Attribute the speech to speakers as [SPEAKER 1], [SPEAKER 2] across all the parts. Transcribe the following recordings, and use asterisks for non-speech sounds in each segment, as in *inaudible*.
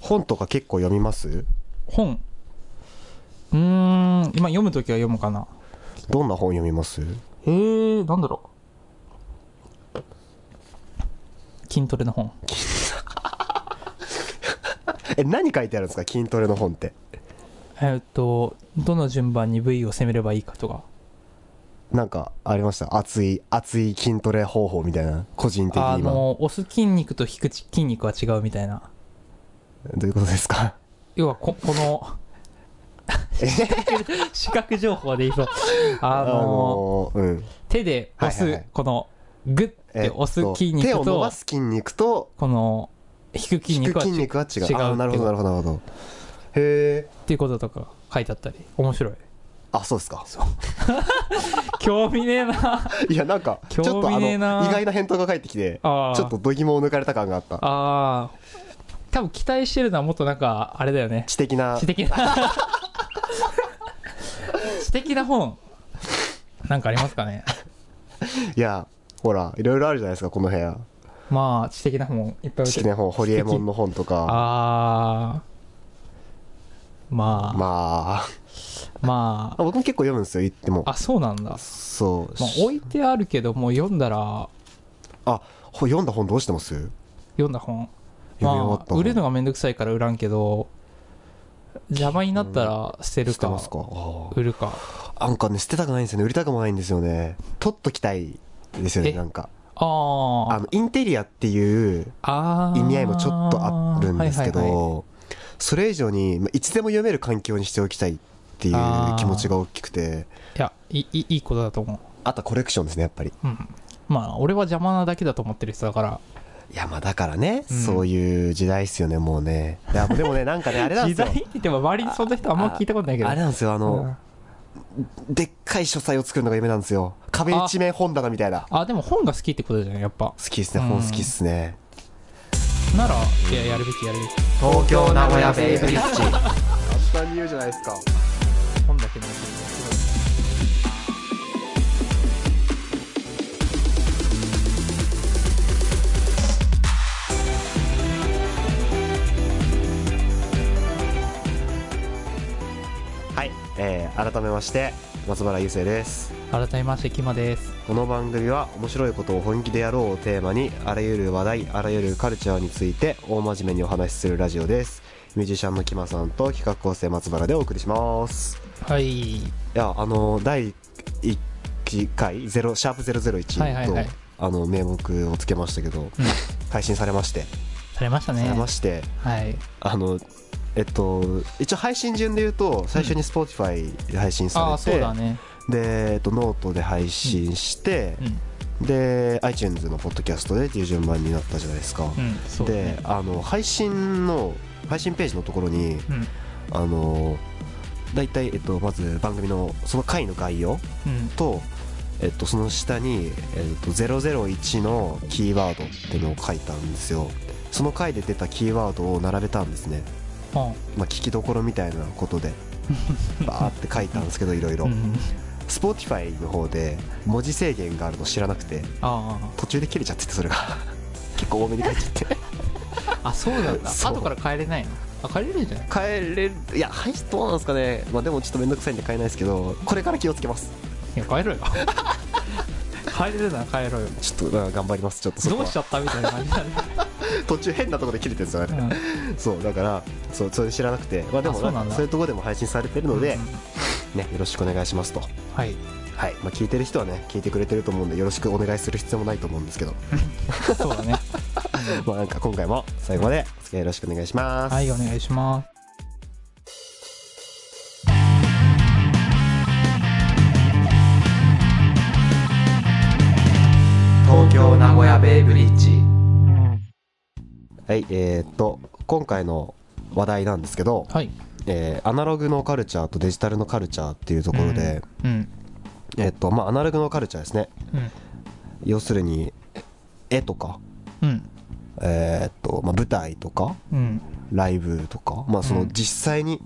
[SPEAKER 1] 本とか結構読みます
[SPEAKER 2] 本うーん今読むときは読むかな
[SPEAKER 1] どんな本読みます
[SPEAKER 2] えー、なんだろう筋トレの本
[SPEAKER 1] え、何書いてあるんですか筋トレの本って。
[SPEAKER 2] えーっとどの順番に部位を攻めればいいかとか
[SPEAKER 1] なんか、ありました熱い、熱い筋トレ方法みたいな、個人的
[SPEAKER 2] あ
[SPEAKER 1] に今。ど
[SPEAKER 2] の押す筋肉と引く筋肉は違うみたいな
[SPEAKER 1] ういうことですか
[SPEAKER 2] 要はここの
[SPEAKER 1] え
[SPEAKER 2] *laughs* 視覚情報で言いそう
[SPEAKER 1] *laughs* あ
[SPEAKER 2] あの
[SPEAKER 1] のー、うん。
[SPEAKER 2] 手で押
[SPEAKER 1] はいはいは
[SPEAKER 2] す
[SPEAKER 1] い
[SPEAKER 2] このグッ
[SPEAKER 1] え
[SPEAKER 2] て
[SPEAKER 1] っと
[SPEAKER 2] 押す筋肉
[SPEAKER 1] 手を伸
[SPEAKER 2] と
[SPEAKER 1] ばす筋肉と、
[SPEAKER 2] この引く筋
[SPEAKER 1] 引
[SPEAKER 2] 肉
[SPEAKER 1] く
[SPEAKER 2] は
[SPEAKER 1] 筋
[SPEAKER 2] 違う
[SPEAKER 1] 肉は違う。
[SPEAKER 2] 違う
[SPEAKER 1] あーなるほど、なるほど、なるほど。へえ。
[SPEAKER 2] っていうこととか書いてあったり面白い
[SPEAKER 1] あ、そうですか。
[SPEAKER 2] 興味ねえな
[SPEAKER 1] いや、なんか、ちょっと
[SPEAKER 2] 興
[SPEAKER 1] あの、
[SPEAKER 2] 味ね
[SPEAKER 1] 意
[SPEAKER 2] えな
[SPEAKER 1] 外な返答が返ってきて、ち
[SPEAKER 2] あ
[SPEAKER 1] ょ
[SPEAKER 2] ー
[SPEAKER 1] っと度肝を抜かれた感があった。
[SPEAKER 2] ああ多分期待してるのはもっとなんかあれだよね
[SPEAKER 1] 知的な
[SPEAKER 2] 知、的な知的な本なんかありますかね
[SPEAKER 1] いや、ほら、いろいろあるじゃないですか、この部屋。
[SPEAKER 2] まあ知的な本いっぱい置
[SPEAKER 1] 知
[SPEAKER 2] いて
[SPEAKER 1] 的
[SPEAKER 2] る
[SPEAKER 1] な本、ホリエモンの本とか。
[SPEAKER 2] ああまあま
[SPEAKER 1] まあ、
[SPEAKER 2] あ、
[SPEAKER 1] あ僕も結構読むんですよ、言っても。
[SPEAKER 2] あそうなんだ、まあ、
[SPEAKER 1] そう。
[SPEAKER 2] 置いてあるけどもう読んだら
[SPEAKER 1] あ、ほ読んだ本どうしてます
[SPEAKER 2] 読んだ本
[SPEAKER 1] 読み終わっ
[SPEAKER 2] ま
[SPEAKER 1] た
[SPEAKER 2] あ
[SPEAKER 1] 本
[SPEAKER 2] 売るのがめんどくさいから売らんけど邪魔になったら捨てる
[SPEAKER 1] 捨て
[SPEAKER 2] か
[SPEAKER 1] ますかあ
[SPEAKER 2] 売るか
[SPEAKER 1] あなんかね、捨てたくないんですよね。売りたくもないんですよね。取っときたいですよね、
[SPEAKER 2] え
[SPEAKER 1] なんか。
[SPEAKER 2] あ
[SPEAKER 1] あ
[SPEAKER 2] ー
[SPEAKER 1] の、インテリアっていう
[SPEAKER 2] あー
[SPEAKER 1] 意味合いもちょっとあるんですけ
[SPEAKER 2] はいはいはい
[SPEAKER 1] ど、それ以上に、まあいつでも読める環境にしておきたいっていう
[SPEAKER 2] あー
[SPEAKER 1] 気持ちが大きくて、
[SPEAKER 2] いやいいいいことだと思
[SPEAKER 1] あとはコレクションですね、やっぱり。
[SPEAKER 2] ううんまあ俺は邪魔なだけだと思ってる人だから
[SPEAKER 1] いや、まあだからね、
[SPEAKER 2] うん
[SPEAKER 1] そういう時代っすよね、もうね。いや、でもね、なんかね、あれなん
[SPEAKER 2] *laughs* 時
[SPEAKER 1] ですよ
[SPEAKER 2] 代。って言っても周りにそんな人あんま聞いたことないけど
[SPEAKER 1] あれなんですよ、あの、
[SPEAKER 2] うん
[SPEAKER 1] でっかい書斎を作るのが夢なんですよ。壁一面本棚みたいな。
[SPEAKER 2] あでも本が好きってことじゃないやっぱ
[SPEAKER 1] 好きですね、
[SPEAKER 2] うん
[SPEAKER 1] 本好きっすね。
[SPEAKER 2] ならいややるべきやるべき
[SPEAKER 1] 東京名古屋ベイブ
[SPEAKER 2] リ
[SPEAKER 1] ッジ。簡単に言うじゃないですか。
[SPEAKER 2] 本だけのやつ
[SPEAKER 1] はい、えー、改めまして、松原優生です。
[SPEAKER 2] 改めましてキマです
[SPEAKER 1] この番組は面白いことを本気でやろうをテーマに、あらゆる話題、あらゆるカルチャーについて大真面目にお話しするラジオです。ミュージシャンの木間さんと企画構成松原でお送りします。
[SPEAKER 2] はい
[SPEAKER 1] いやあの第1回ゼロシャープ001と、
[SPEAKER 2] はいはいはい
[SPEAKER 1] あの名目をつけましたけど、配信されまして、
[SPEAKER 2] されました
[SPEAKER 1] さ
[SPEAKER 2] ね
[SPEAKER 1] れまして
[SPEAKER 2] はい
[SPEAKER 1] あのえっと一応配信順で言うと最初に Spotify で配信されて、
[SPEAKER 2] ああそうだね
[SPEAKER 1] で、えっと、ノートで配信して
[SPEAKER 2] う、ん
[SPEAKER 1] で iTunes のポッドキャストでっていう順番になったじゃないですか、
[SPEAKER 2] うんそうだ
[SPEAKER 1] で
[SPEAKER 2] ね
[SPEAKER 1] あの配信の配信ページのところに
[SPEAKER 2] うん
[SPEAKER 1] あの大体、えっと、まず番組のその回の概要
[SPEAKER 2] うん
[SPEAKER 1] と、えっと、その下に、えっと、001のキーワードっていうのを書いたんですよその回で出たキーワードを並べたんですね、
[SPEAKER 2] あ
[SPEAKER 1] まあ、聞きどころみたいなこと *laughs* でバーって書いたんですけどいろいろ
[SPEAKER 2] うん
[SPEAKER 1] スポーティファイの方で文字制限があるの知らなくて
[SPEAKER 2] あ
[SPEAKER 1] 途中で切れちゃっててそれが *laughs* 結構多めに書いちゃって *laughs*
[SPEAKER 2] ああそうなんだ
[SPEAKER 1] そう
[SPEAKER 2] 後から帰れないのあ帰れるんじゃない
[SPEAKER 1] 変えれるいやはいどうなんですかね、まあ、でもちょっと面倒くさいんで変えないですけどこれから気をつけます
[SPEAKER 2] いや帰
[SPEAKER 1] *laughs*
[SPEAKER 2] ろよ帰れるなら帰ろうよ
[SPEAKER 1] ちょっと、うん頑張りますちょっとそこ
[SPEAKER 2] ど
[SPEAKER 1] は
[SPEAKER 2] うしちゃったみたいな感じだね
[SPEAKER 1] 途中変なところで切れてるんですよね、そうだからそうそれ知らなくて、まあ、でも
[SPEAKER 2] あそう
[SPEAKER 1] な
[SPEAKER 2] なんん
[SPEAKER 1] か
[SPEAKER 2] だ
[SPEAKER 1] そういうところでも配信されてるので、
[SPEAKER 2] うん
[SPEAKER 1] ね、よろしくお願いしますと、
[SPEAKER 2] はい
[SPEAKER 1] はいまあ、聞いてる人はね聞いてくれてると思うんでよろしくお願いする必要もないと思うんですけど、
[SPEAKER 2] そう
[SPEAKER 1] *laughs*
[SPEAKER 2] だね
[SPEAKER 1] まあ、なんか今回も最後までお付き合いよろしくお願いします、
[SPEAKER 2] はいお願いします
[SPEAKER 1] 東京名古屋ベイブリッジはいえー、っと今回の話題なんですけど、
[SPEAKER 2] はい
[SPEAKER 1] えーアナログのカルチャーとデジタルのカルチャーっていうところで、
[SPEAKER 2] うん
[SPEAKER 1] えーっとまあ、アナログのカルチャーですね
[SPEAKER 2] うん
[SPEAKER 1] 要するに絵とか、
[SPEAKER 2] うん
[SPEAKER 1] えーっとまあ、舞台とか
[SPEAKER 2] うん
[SPEAKER 1] ライブとか、まあ、そうの
[SPEAKER 2] ん
[SPEAKER 1] 実際に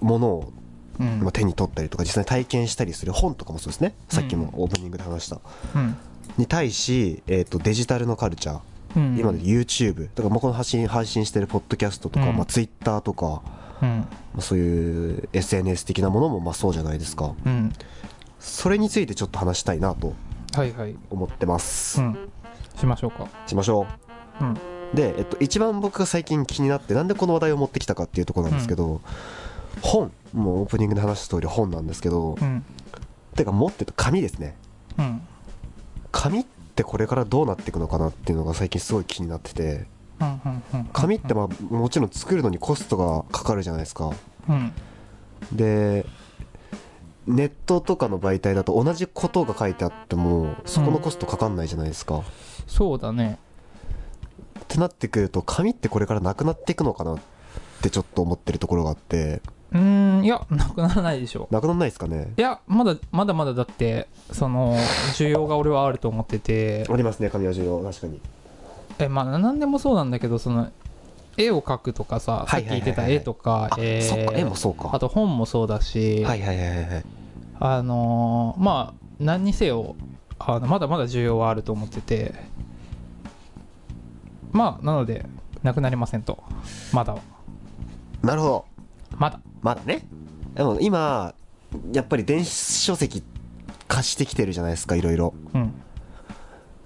[SPEAKER 1] ものを
[SPEAKER 2] うん
[SPEAKER 1] まあ手に取ったりとか実際に体験したりする本とかもそうですねさっきも
[SPEAKER 2] うん
[SPEAKER 1] オープニングで話した、
[SPEAKER 2] うん
[SPEAKER 1] に対し、えー、とデジタルのカルチャー
[SPEAKER 2] うん
[SPEAKER 1] 今で YouTube だからまあこの発信配信してるポッドキャストとか、
[SPEAKER 2] うん
[SPEAKER 1] まあ、Twitter とか、
[SPEAKER 2] うん
[SPEAKER 1] まあ、そういう SNS 的なものもまあそうじゃないですか
[SPEAKER 2] うん
[SPEAKER 1] それについてちょっと話したいなと
[SPEAKER 2] はいはい
[SPEAKER 1] 思ってます、
[SPEAKER 2] うんしましょうか
[SPEAKER 1] しましょ
[SPEAKER 2] うん
[SPEAKER 1] うで、えっと、一番僕が最近気になってなんでこの話題を持ってきたかっていうところなんですけど、本もうオープニングで話した通り本なんですけど、
[SPEAKER 2] うん
[SPEAKER 1] てか持ってた紙ですね
[SPEAKER 2] うん
[SPEAKER 1] 紙ってこれからどうなっていくのかなっていうのが最近すごい気になってて
[SPEAKER 2] うんうんうん
[SPEAKER 1] 紙ってまあもちろん作るのにコストがかかるじゃないですか
[SPEAKER 2] うん
[SPEAKER 1] でネットとかの媒体だと同じことが書いてあってもそこのコストかかんないじゃないですか、っ
[SPEAKER 2] そうだね
[SPEAKER 1] てなってくると紙ってこれからなくなっていくのかなってちょっと思ってるところがあって
[SPEAKER 2] うーんいやなくならないでしょ
[SPEAKER 1] なくならないですかね
[SPEAKER 2] いやまだまだまだだってその需要が俺はあると思ってて
[SPEAKER 1] ありますね紙は重要確かに
[SPEAKER 2] えまあ何でもそうなんだけどその絵を描くとかささ
[SPEAKER 1] は
[SPEAKER 2] っ
[SPEAKER 1] い
[SPEAKER 2] き
[SPEAKER 1] はいはいはい
[SPEAKER 2] 言ってた絵とか
[SPEAKER 1] あ、
[SPEAKER 2] えー
[SPEAKER 1] そっか絵もそうか
[SPEAKER 2] あと本もそうだし、
[SPEAKER 1] はいはいはいはいはい
[SPEAKER 2] あのーまあ何にせよあのまだまだ需要はあると思っててまあなのでなくなりませんとまだは
[SPEAKER 1] なるほど
[SPEAKER 2] まだ
[SPEAKER 1] まだねでも今やっぱり電子書籍貸してきてるじゃないですかいろいろ
[SPEAKER 2] うん、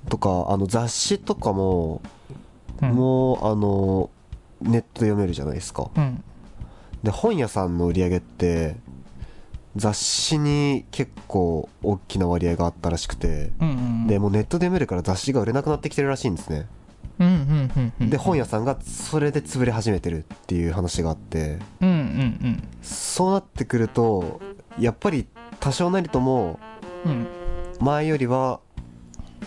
[SPEAKER 1] とかあの雑誌とかも、
[SPEAKER 2] うん、
[SPEAKER 1] もうあのネットで読めるじゃないですか
[SPEAKER 2] うん
[SPEAKER 1] で本屋さんの売り上げって雑誌に結構大きな割合があったらしくて
[SPEAKER 2] うんうん
[SPEAKER 1] でもうネットで読めるから雑誌が売れなくなってきてるらしいんですね
[SPEAKER 2] うんうんうんうん
[SPEAKER 1] で本屋さんがそれで潰れ始めてるっていう話があって
[SPEAKER 2] うんうん
[SPEAKER 1] そうなってくるとやっぱり多少なりとも
[SPEAKER 2] うんうん
[SPEAKER 1] 前よりは、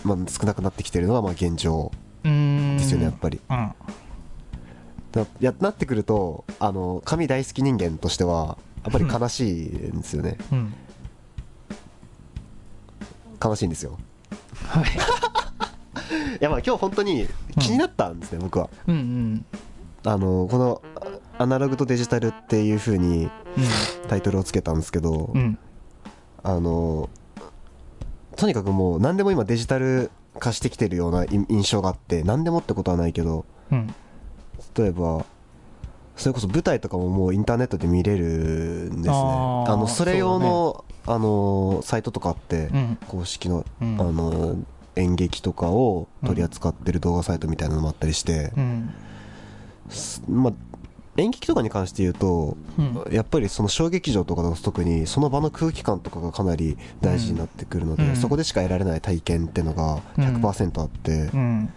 [SPEAKER 1] まあ、少なくなってきてるのがまあ現状
[SPEAKER 2] うーん
[SPEAKER 1] ですよねやっぱり
[SPEAKER 2] うん
[SPEAKER 1] だやなってくるとあの紙大好き人間としてはやっぱり悲しいんですよね、
[SPEAKER 2] うん
[SPEAKER 1] 悲しいんですよ
[SPEAKER 2] はい
[SPEAKER 1] いやまあ今日本当に気になったんですね、僕は
[SPEAKER 2] うんうん
[SPEAKER 1] あのこのあアナログとデジタルっていう風にタイトルをつけたんですけど、
[SPEAKER 2] うん
[SPEAKER 1] あのとにかくもう何でも今デジタル化してきてるようない印象があって何でもってことはないけど
[SPEAKER 2] うん
[SPEAKER 1] 例えばそれこそ舞台とかももうインターネットで見れるんですね
[SPEAKER 2] あ
[SPEAKER 1] あ
[SPEAKER 2] ー
[SPEAKER 1] のそれ用の,、あのサイトとかあって、
[SPEAKER 2] うん
[SPEAKER 1] 公式の,、
[SPEAKER 2] うん
[SPEAKER 1] あの演劇とかを取り扱ってる動画サイトみたいなのもあったりして、
[SPEAKER 2] うん
[SPEAKER 1] すまあ演劇とかに関して言うと
[SPEAKER 2] うん
[SPEAKER 1] やっぱりその小劇場とかだと特にその場の空気感とかがかなり大事になってくるので、
[SPEAKER 2] うん
[SPEAKER 1] そこでしか得られない体験ってのが100%あって、
[SPEAKER 2] うん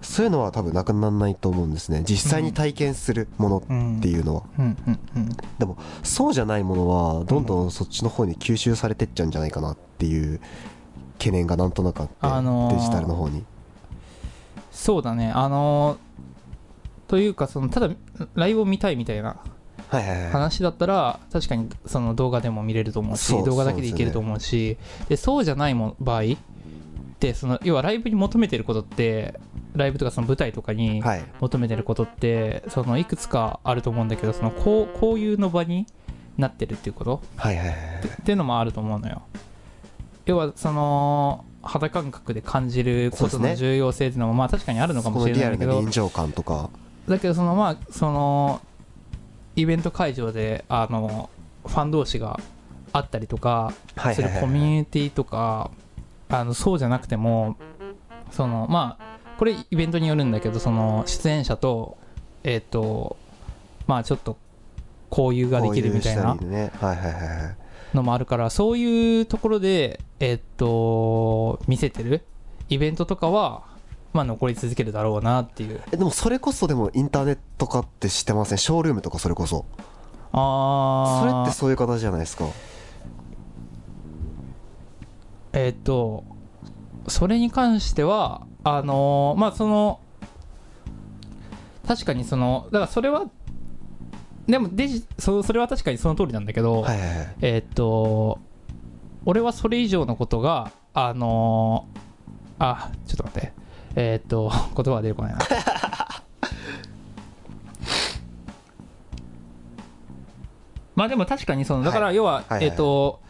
[SPEAKER 1] そういうのは多分なくならないと思うんですね実際に体験するものっていうのは、
[SPEAKER 2] うんうんうん
[SPEAKER 1] でもそうじゃないものはどんどんそっちの方に吸収されてっちゃうんじゃないかなっていう懸念がなんとなくあって、
[SPEAKER 2] あのー
[SPEAKER 1] デジタルの方に
[SPEAKER 2] そうだねあのーというかそのただライブを見たいみたいな
[SPEAKER 1] はいはいはい
[SPEAKER 2] 話だったら確かにその動画でも見れると思うし
[SPEAKER 1] そう
[SPEAKER 2] 動画だけでいけると思うしでそうじゃないも場合ってその要はライブに求めてることってライブとかその舞台とかに
[SPEAKER 1] はい
[SPEAKER 2] 求めてることってそのいくつかあると思うんだけどそのこうこういうの場になってるっていうこと
[SPEAKER 1] はいはいはいはい
[SPEAKER 2] っていうのもあると思うのよ要はその肌感覚で感じるこ
[SPEAKER 1] そ
[SPEAKER 2] と
[SPEAKER 1] うですね
[SPEAKER 2] の重要性っていうのもまあ確かにあるのか
[SPEAKER 1] そ
[SPEAKER 2] も
[SPEAKER 1] こ
[SPEAKER 2] し
[SPEAKER 1] の
[SPEAKER 2] れ
[SPEAKER 1] リ
[SPEAKER 2] な
[SPEAKER 1] ア
[SPEAKER 2] い
[SPEAKER 1] ル
[SPEAKER 2] んだけ
[SPEAKER 1] な
[SPEAKER 2] ど
[SPEAKER 1] 臨場感とか
[SPEAKER 2] だけどそのまあそのイベント会場であのファン同士があったりとか
[SPEAKER 1] はい
[SPEAKER 2] す
[SPEAKER 1] はい
[SPEAKER 2] る
[SPEAKER 1] はい
[SPEAKER 2] コミュニティとかあのそうじゃなくてもそのまあこれイベントによるんだけどその出演者とえっ、とまあちょっと交友ができるみたいな
[SPEAKER 1] こうう下着でねはいはいはいはい
[SPEAKER 2] のもあるからそういうところでえっと見せてるイベントとかはまあ残り続けるだろうなっていう
[SPEAKER 1] えでもそれこそでもインターネット化って知ってませんショールームとかそれこそ
[SPEAKER 2] あ
[SPEAKER 1] それ
[SPEAKER 2] あ
[SPEAKER 1] ってそういう形じゃないですか
[SPEAKER 2] えーっ、とそれに関してはあのーまあその確かにそのだからそれはでもデジそそれは確かにその通りなんだけど、
[SPEAKER 1] はいはいはい
[SPEAKER 2] えーっ、と俺はそれ以上のことがあのーあちょっと待ってえーっ、と *laughs* 言葉が出てこない
[SPEAKER 1] *laughs*
[SPEAKER 2] なまあでも確かにそのだから
[SPEAKER 1] はい
[SPEAKER 2] 要は、
[SPEAKER 1] はいはいはい
[SPEAKER 2] えーっ、と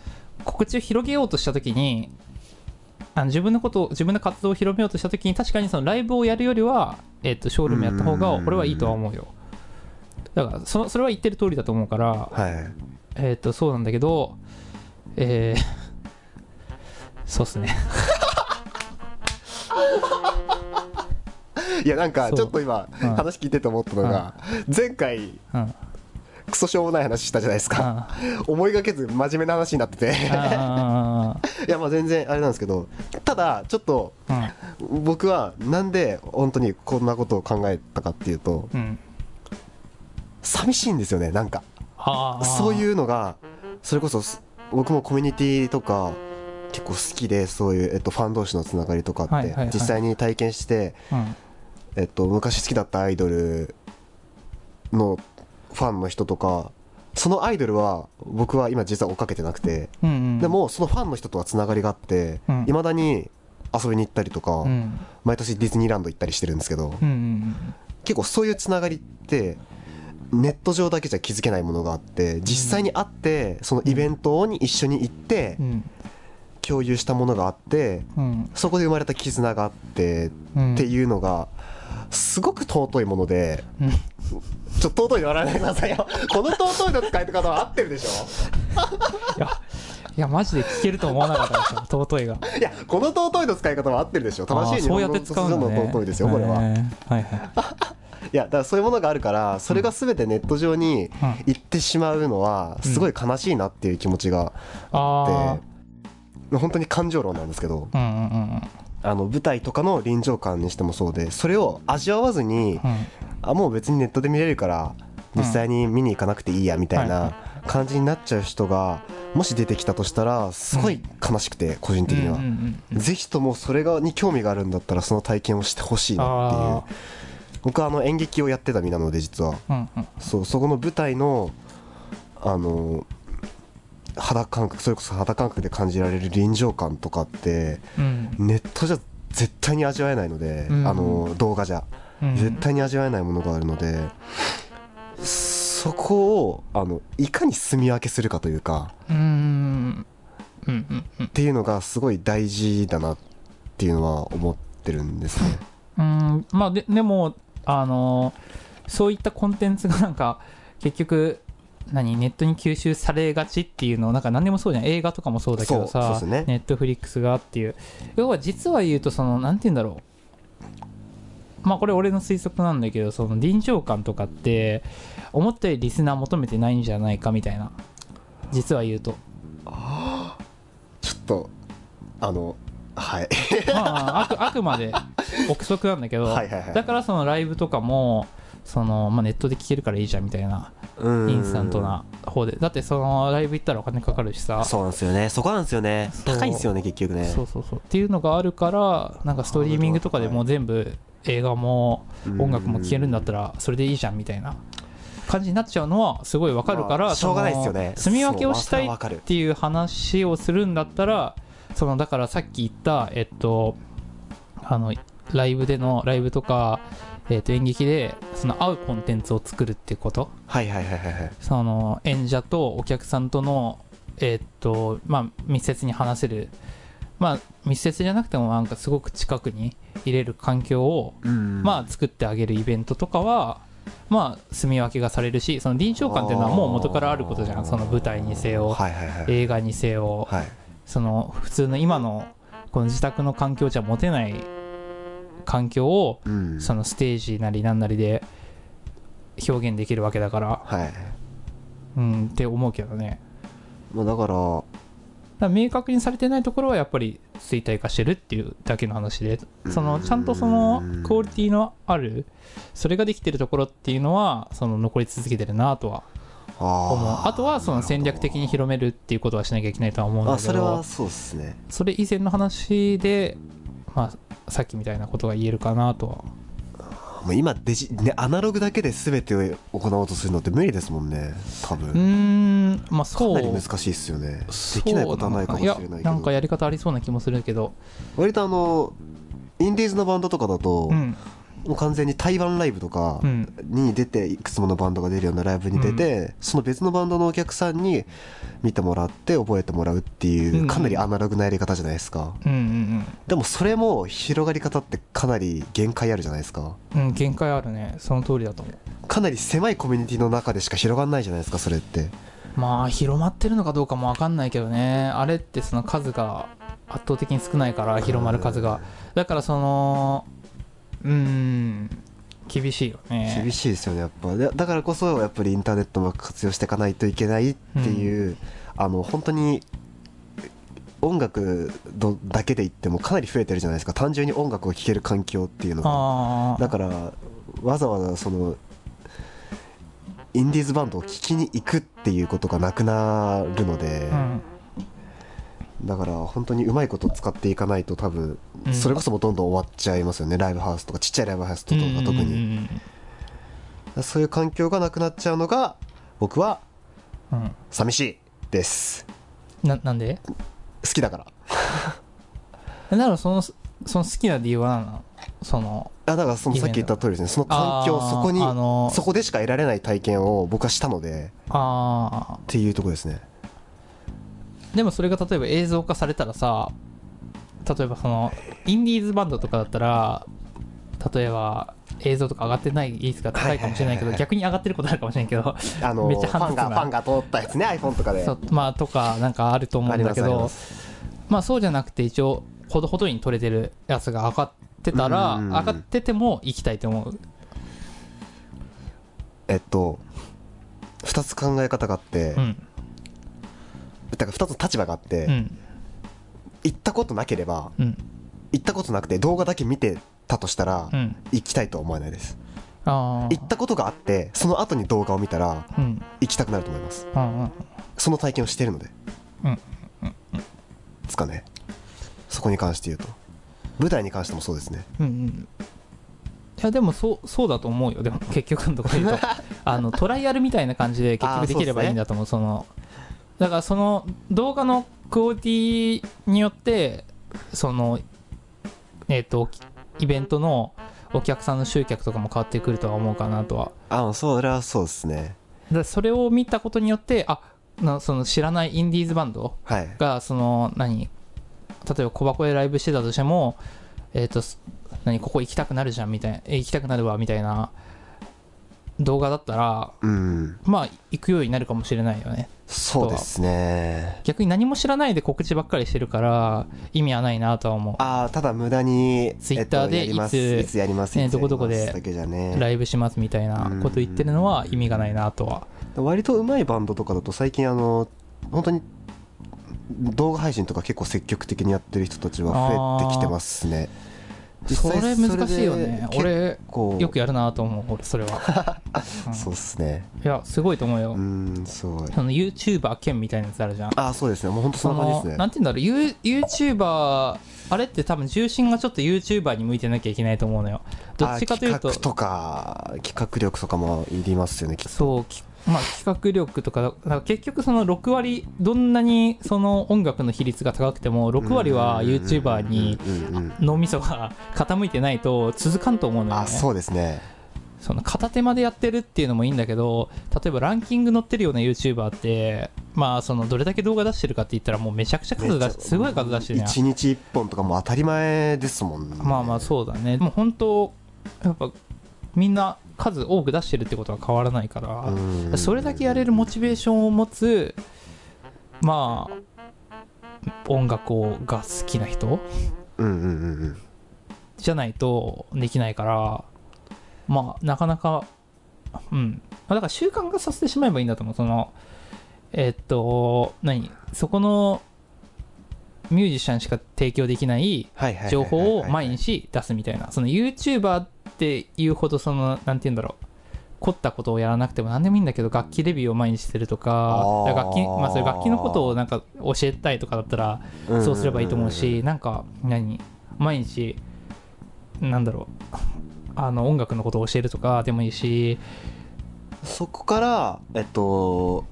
[SPEAKER 2] 告知を広げようとした時にあの自分のことを自分の活動を広めようとした時に確かにそのライブをやるよりは、えっとショールームやった方が
[SPEAKER 1] うん
[SPEAKER 2] 俺はいいとは思うよだからそそれは言ってる通りだと思うから
[SPEAKER 1] はい
[SPEAKER 2] えっ、とそうなんだけどえー、 *laughs* そうっすね
[SPEAKER 1] いやなんか
[SPEAKER 2] そう
[SPEAKER 1] ちょっと今
[SPEAKER 2] うん
[SPEAKER 1] 話聞いてて思ったのが前回
[SPEAKER 2] うんうん
[SPEAKER 1] クソしょうもない話したじゃないですか
[SPEAKER 2] あ
[SPEAKER 1] 思いがけず真面目な話になってて
[SPEAKER 2] あ
[SPEAKER 1] いやまあ全然あれなんですけどただちょっと
[SPEAKER 2] うん
[SPEAKER 1] 僕はなんで本当にこんなことを考えたかっていうと
[SPEAKER 2] うん
[SPEAKER 1] 寂しいんですよねなんか
[SPEAKER 2] ああ
[SPEAKER 1] そういううのがそれこそす僕もコミュニティとか結構好きでそういう、えっと、ファン同士のつながりとかって、
[SPEAKER 2] はいはいはい
[SPEAKER 1] 実際に体験して、
[SPEAKER 2] うん
[SPEAKER 1] えっと、昔好きだったアイドルのファンの人とかそのアイドルは僕は今実は追っかけてなくて、
[SPEAKER 2] うんうん
[SPEAKER 1] でもそのファンの人とはつながりがあって
[SPEAKER 2] う
[SPEAKER 1] い
[SPEAKER 2] ん
[SPEAKER 1] ま、未だに遊びに行ったりとか、
[SPEAKER 2] うん
[SPEAKER 1] 毎年ディズニーランド行ったりしてるんですけど、
[SPEAKER 2] うんうん
[SPEAKER 1] 結構そういうつながりってネット上だけじゃ気づけないものがあって実際に会ってそのイベントに一緒に行って
[SPEAKER 2] うん
[SPEAKER 1] 共有したものがあって
[SPEAKER 2] うん
[SPEAKER 1] そこで生まれた絆があって
[SPEAKER 2] うん
[SPEAKER 1] っていうのがすごく尊いもので
[SPEAKER 2] うん
[SPEAKER 1] ちょっと尊いの笑わないでくださいよこの尊いの使い方は合ってるでしょ
[SPEAKER 2] いや、いや、マジで聞けると思わなかったですよ、 *laughs* 尊いが。
[SPEAKER 1] いやこの尊いの使い方は合ってるでしょ正しい日
[SPEAKER 2] あーそう
[SPEAKER 1] 本
[SPEAKER 2] やっ
[SPEAKER 1] 語
[SPEAKER 2] て使うんだ、
[SPEAKER 1] の
[SPEAKER 2] ね。
[SPEAKER 1] 尊いですよこれは。
[SPEAKER 2] へーは
[SPEAKER 1] *laughs*
[SPEAKER 2] いはい。
[SPEAKER 1] いやだからそういうものがあるからそれが全てネット上に行ってしまうのはすごい悲しいなっていう気持ちがあ
[SPEAKER 2] あ
[SPEAKER 1] って本当に感情論なんですけど
[SPEAKER 2] あ。うんうんうん
[SPEAKER 1] あの舞台とかの臨場感にしてもそうでそれを味わわずに
[SPEAKER 2] うん。うん
[SPEAKER 1] あもう別にネットで見れるから実際に見に行かなくていいやみたいな感じになっちゃう人がもし出てきたとしたらすごい悲しくて個人的に
[SPEAKER 2] う
[SPEAKER 1] は
[SPEAKER 2] ん。うんうん
[SPEAKER 1] ぜひともそれがに興味があるんだったらその体験をしてほしいな
[SPEAKER 2] あ
[SPEAKER 1] っていう僕はあの演劇をやってた身なので実は。
[SPEAKER 2] あ。うんうん。
[SPEAKER 1] そうそこの舞台のあの肌感覚それこそ肌感覚で感じられる臨場感とかって
[SPEAKER 2] うん
[SPEAKER 1] ネットじゃ絶対に味わえないので、
[SPEAKER 2] うん
[SPEAKER 1] あの動画じゃ、
[SPEAKER 2] うん。
[SPEAKER 1] 絶対に味わえないものがあるのでそこをあのいかに住み分けするかというか
[SPEAKER 2] うん。うんうんうん
[SPEAKER 1] っていうのがすごい大事だなっていうのは思ってるんですね。
[SPEAKER 2] うん。まあ、で、でも、あのー、そういったコンテンツがなんか、結局、何ネットに吸収されがちっていうのなんか何でもそうじゃん映画とかもそうだけ
[SPEAKER 1] そ
[SPEAKER 2] ど
[SPEAKER 1] うそうっ
[SPEAKER 2] さ
[SPEAKER 1] すね
[SPEAKER 2] ネットフリックスがっていう要は実は言うとそのなんて言うんだろうまあこれ俺の推測なんだけどその臨場感とかって思ったよりリスナー求めてないんじゃないかみたいな実は言うと
[SPEAKER 1] ちょっとあのはい、
[SPEAKER 2] まあまああく *laughs* あくまで憶測なんだけど
[SPEAKER 1] はいはいはい
[SPEAKER 2] だからそのライブとかもその、まあ、ネットで聴けるからいいじゃんみたいな
[SPEAKER 1] うん
[SPEAKER 2] インスタントな方でだってそのライブ行ったらお金かかるしさ
[SPEAKER 1] そうなんですよねそこなんですよね
[SPEAKER 2] そう
[SPEAKER 1] 高いんですよね結局ね
[SPEAKER 2] そうそうそうっていうのがあるからなんかストリーミングとかでもう全部映画も音楽も聴けるんだったらそれでいいじゃんみたいな感じになっちゃうのはすごいわかるから、
[SPEAKER 1] まあしょうがないですよね
[SPEAKER 2] その住み分けをしたい
[SPEAKER 1] そう
[SPEAKER 2] っ
[SPEAKER 1] わかる
[SPEAKER 2] ていう話をするんだったらそのだからさっき言ったえっとあのライブでのライブとか、えっと、演劇でその合うコンテンツを作るっていうこと
[SPEAKER 1] はいはいはいはいはい
[SPEAKER 2] その演者とお客さんとの、えーっとまあ、密接に話せる、まあ、密接じゃなくてもなんかすごく近くに入れる環境を、
[SPEAKER 1] ま
[SPEAKER 2] まあ、作ってあげるイベントとかは、まあ、住み分けがされるしその臨場感っていうのはもう元からあることじゃんその舞台にせよ、
[SPEAKER 1] はいはいはい
[SPEAKER 2] 映画にせよ、
[SPEAKER 1] はい
[SPEAKER 2] その普通の今のこの自宅の環境じゃ持てない環境を
[SPEAKER 1] うん
[SPEAKER 2] そのステージなりなんなりで表現できるわけだから。
[SPEAKER 1] はい
[SPEAKER 2] うんって思うけどね
[SPEAKER 1] まあだから
[SPEAKER 2] だから明確にされてないところはやっぱり衰退化してるっていうだけの話でそうの
[SPEAKER 1] ーん
[SPEAKER 2] ちゃんとそのクオリティのあるそれができてるところっていうのはその残り続けてるなとは思う
[SPEAKER 1] あー
[SPEAKER 2] あとはその戦略的に広めるっていうことはしなきゃいけないとは思うんだ
[SPEAKER 1] あ
[SPEAKER 2] けど
[SPEAKER 1] それはそうですね
[SPEAKER 2] それ以前の話で、まあ、さっきみたいなことが言えるかなとは
[SPEAKER 1] もう今デジ、ね、アナログだけで全てを行おうとするのって無理ですもんね多
[SPEAKER 2] うー
[SPEAKER 1] 分
[SPEAKER 2] んまあ
[SPEAKER 1] か
[SPEAKER 2] そう
[SPEAKER 1] なり難しいですよね
[SPEAKER 2] そう
[SPEAKER 1] できないことはないかもしれないけど
[SPEAKER 2] やなんかやり方ありそうな気もするけど
[SPEAKER 1] 割とあのインディーズのバンドとかだと、
[SPEAKER 2] うん
[SPEAKER 1] もう完全に台湾ライブとか
[SPEAKER 2] うん
[SPEAKER 1] に出ていくつものバンドが出るようなライブに出て、その別のバンドのお客さんに見てもらって覚えてもらうって
[SPEAKER 2] う
[SPEAKER 1] い
[SPEAKER 2] ん
[SPEAKER 1] うかなりアナログなやり方じゃないですか、
[SPEAKER 2] うんうん
[SPEAKER 1] でもそれも広がり方ってかなり限界あるじゃないですか
[SPEAKER 2] うんうん限界あるねその通りだと思う
[SPEAKER 1] かなり狭いコミュニティの中でしか広がんないじゃないですかそれって
[SPEAKER 2] まあ広まってるのかどうかも分かんないけどねあれってその数が圧倒的に少ないから広まる数がだからそのうーん厳しいよね
[SPEAKER 1] 厳しいですよねやっぱでだからこそやっぱりインターネットも活用していかないといけないっていう、あの本当に音楽どだけで言ってもかなり増えてるじゃないですか単純に音楽を聴ける環境っていうのが
[SPEAKER 2] あ
[SPEAKER 1] だからわざわざそのインディーズバンドを聴きに行くっていうことがなくなるので、
[SPEAKER 2] あうん
[SPEAKER 1] だから本当にうまいこと使っていかないと多分
[SPEAKER 2] うん
[SPEAKER 1] それこそもうどんどん終わっちゃいますよね、ライブハウスとかちっちゃいライブハウスとかが特に、
[SPEAKER 2] に
[SPEAKER 1] そういう環境がなくなっちゃうのが僕は
[SPEAKER 2] うん
[SPEAKER 1] 寂しいです
[SPEAKER 2] ななんで
[SPEAKER 1] 好きだから
[SPEAKER 2] だからそのその好きな理由は何なのその
[SPEAKER 1] あだからそのさっき言った通りですねその環境
[SPEAKER 2] あー
[SPEAKER 1] そこに
[SPEAKER 2] あの
[SPEAKER 1] そこでしか得られない体験を僕はしたので
[SPEAKER 2] あ
[SPEAKER 1] っていうところですね
[SPEAKER 2] ーでもそれが例えば映像化されたらさ例えばそのインディーズバンドとかだったら例えば映像とか上がってない率が高いかもしれないけど
[SPEAKER 1] はいはいはいはい
[SPEAKER 2] 逆に上がってることあるかもしれないけど
[SPEAKER 1] あの
[SPEAKER 2] め
[SPEAKER 1] フ
[SPEAKER 2] っちゃ
[SPEAKER 1] ァ
[SPEAKER 2] 腹
[SPEAKER 1] ン
[SPEAKER 2] 立つな
[SPEAKER 1] がファンが通ったやつね iPhone とかで
[SPEAKER 2] そうまあとかなんかあると思
[SPEAKER 1] あ
[SPEAKER 2] う
[SPEAKER 1] り
[SPEAKER 2] ん
[SPEAKER 1] ま
[SPEAKER 2] だ
[SPEAKER 1] す
[SPEAKER 2] け
[SPEAKER 1] あり
[SPEAKER 2] ど
[SPEAKER 1] ます
[SPEAKER 2] まあそうじゃなくて一応ほどほどに取れてるやつが上がってたら
[SPEAKER 1] うん
[SPEAKER 2] 上がってても行きたいと思う
[SPEAKER 1] えっと2つ考え方があって、
[SPEAKER 2] うん
[SPEAKER 1] だから2つ立場があって、
[SPEAKER 2] うん
[SPEAKER 1] 行ったことなければ
[SPEAKER 2] うん
[SPEAKER 1] 行ったことなくて動画だけ見てたとしたら、
[SPEAKER 2] うん
[SPEAKER 1] 行きたいとは思わないです
[SPEAKER 2] ああ
[SPEAKER 1] 行ったことがあってその後に動画を見たら
[SPEAKER 2] うん
[SPEAKER 1] 行きたくなると思います
[SPEAKER 2] うんうん
[SPEAKER 1] その体験をしてるので
[SPEAKER 2] うんうん
[SPEAKER 1] ですかねそこに関して言うと舞台に関してもそうですね
[SPEAKER 2] うんうんいやでもそうそうだと思うよでも結局のところ言 *laughs* うとあのトライアルみたいな感じで結
[SPEAKER 1] あ
[SPEAKER 2] 局
[SPEAKER 1] ー
[SPEAKER 2] できればいいんだと思うそのだからその動画のクオリティによってそのえっ、とイベントのお客さんの集客とかも変わってくるとは思うかなとは
[SPEAKER 1] あそれはそうですね
[SPEAKER 2] だからそれを見たことによってあなその知らないインディーズバンド
[SPEAKER 1] はい
[SPEAKER 2] がその何例えば小箱でライブしてたとしてもえっ、とす何ここ行きたくなるじゃんみたいなえ行きたくなるわみたいな動画だったら
[SPEAKER 1] うん
[SPEAKER 2] まあ行くようになるかもしれないよね
[SPEAKER 1] そうですね
[SPEAKER 2] 逆に何も知らないで告知ばっかりしてるから意味はないなとは思
[SPEAKER 1] ああただ無駄に
[SPEAKER 2] Twitter で
[SPEAKER 1] えっとやります
[SPEAKER 2] いつ
[SPEAKER 1] いつやります
[SPEAKER 2] ね
[SPEAKER 1] いつやります
[SPEAKER 2] どこどこで
[SPEAKER 1] だけじゃ
[SPEAKER 2] う
[SPEAKER 1] ね
[SPEAKER 2] ライブしますみたいなこと言ってるのは意味がないなとは
[SPEAKER 1] 割とうまいバンドとかだと最近あの本当に動画配信とか結構積極的にやってる人たちは増えてきてますね
[SPEAKER 2] そ
[SPEAKER 1] 実際
[SPEAKER 2] れ難しいよね
[SPEAKER 1] それで
[SPEAKER 2] 俺
[SPEAKER 1] 結構
[SPEAKER 2] よくやるなと思う俺そ
[SPEAKER 1] *laughs*
[SPEAKER 2] れは、うん
[SPEAKER 1] そうっすね
[SPEAKER 2] いやすごいと思うよ、
[SPEAKER 1] うんすごい
[SPEAKER 2] その YouTuber 兼みたいなやつあるじゃん
[SPEAKER 1] ああそうですねもう本当そんな感じです
[SPEAKER 2] な
[SPEAKER 1] ね
[SPEAKER 2] んて言うんだろうユー YouTuber あれって多分重心がちょっと YouTuber に向いてなきゃいけないと思うのよどっちかという
[SPEAKER 1] あ
[SPEAKER 2] と
[SPEAKER 1] ー企画とか企画力とかもいりますよねきっと
[SPEAKER 2] そうきまあ企画力とかだから結局その6割どんなにその音楽の比率が高くても6割は YouTuber に
[SPEAKER 1] うんうんうんうん
[SPEAKER 2] 脳みそが傾いてないと続かんと思うのよ、ね、
[SPEAKER 1] あそうですね
[SPEAKER 2] その片手間でやってるっていうのもいいんだけど例えばランキング載ってるような YouTuber ってまあそのどれだけ動画出してるかって言ったらもうめちゃくちゃ数出しすごい数出してるやん
[SPEAKER 1] 1日1本とかもう当たり前ですもんね
[SPEAKER 2] まあまあそうだねでも本当やっぱみんな数多く出してるってことは変わらないから、
[SPEAKER 1] うん
[SPEAKER 2] それだけやれるモチベーションを持つまあ音楽をが好きな人
[SPEAKER 1] うんうんうんうん
[SPEAKER 2] じゃないとできないからまあなかなかうんまあだから習慣化させてしまえばいいんだと思うそのえっと何そこのミュージシャンしか提供できない
[SPEAKER 1] はいはいはいはい
[SPEAKER 2] 情報を毎日出すみたいな、その YouTuber っていうほど、その、なんて言うんだろう、凝ったことをやらなくても何でもいいんだけど、楽器レビューを毎日してるとか
[SPEAKER 1] あ、ー
[SPEAKER 2] 楽器、まあ、それ楽器のことをなんか教えたいとかだったら、そうすればいいと思うし、なんか、何、毎日、なんだろう、あの、音楽のことを教えるとかでもいいし、
[SPEAKER 1] そこからえっと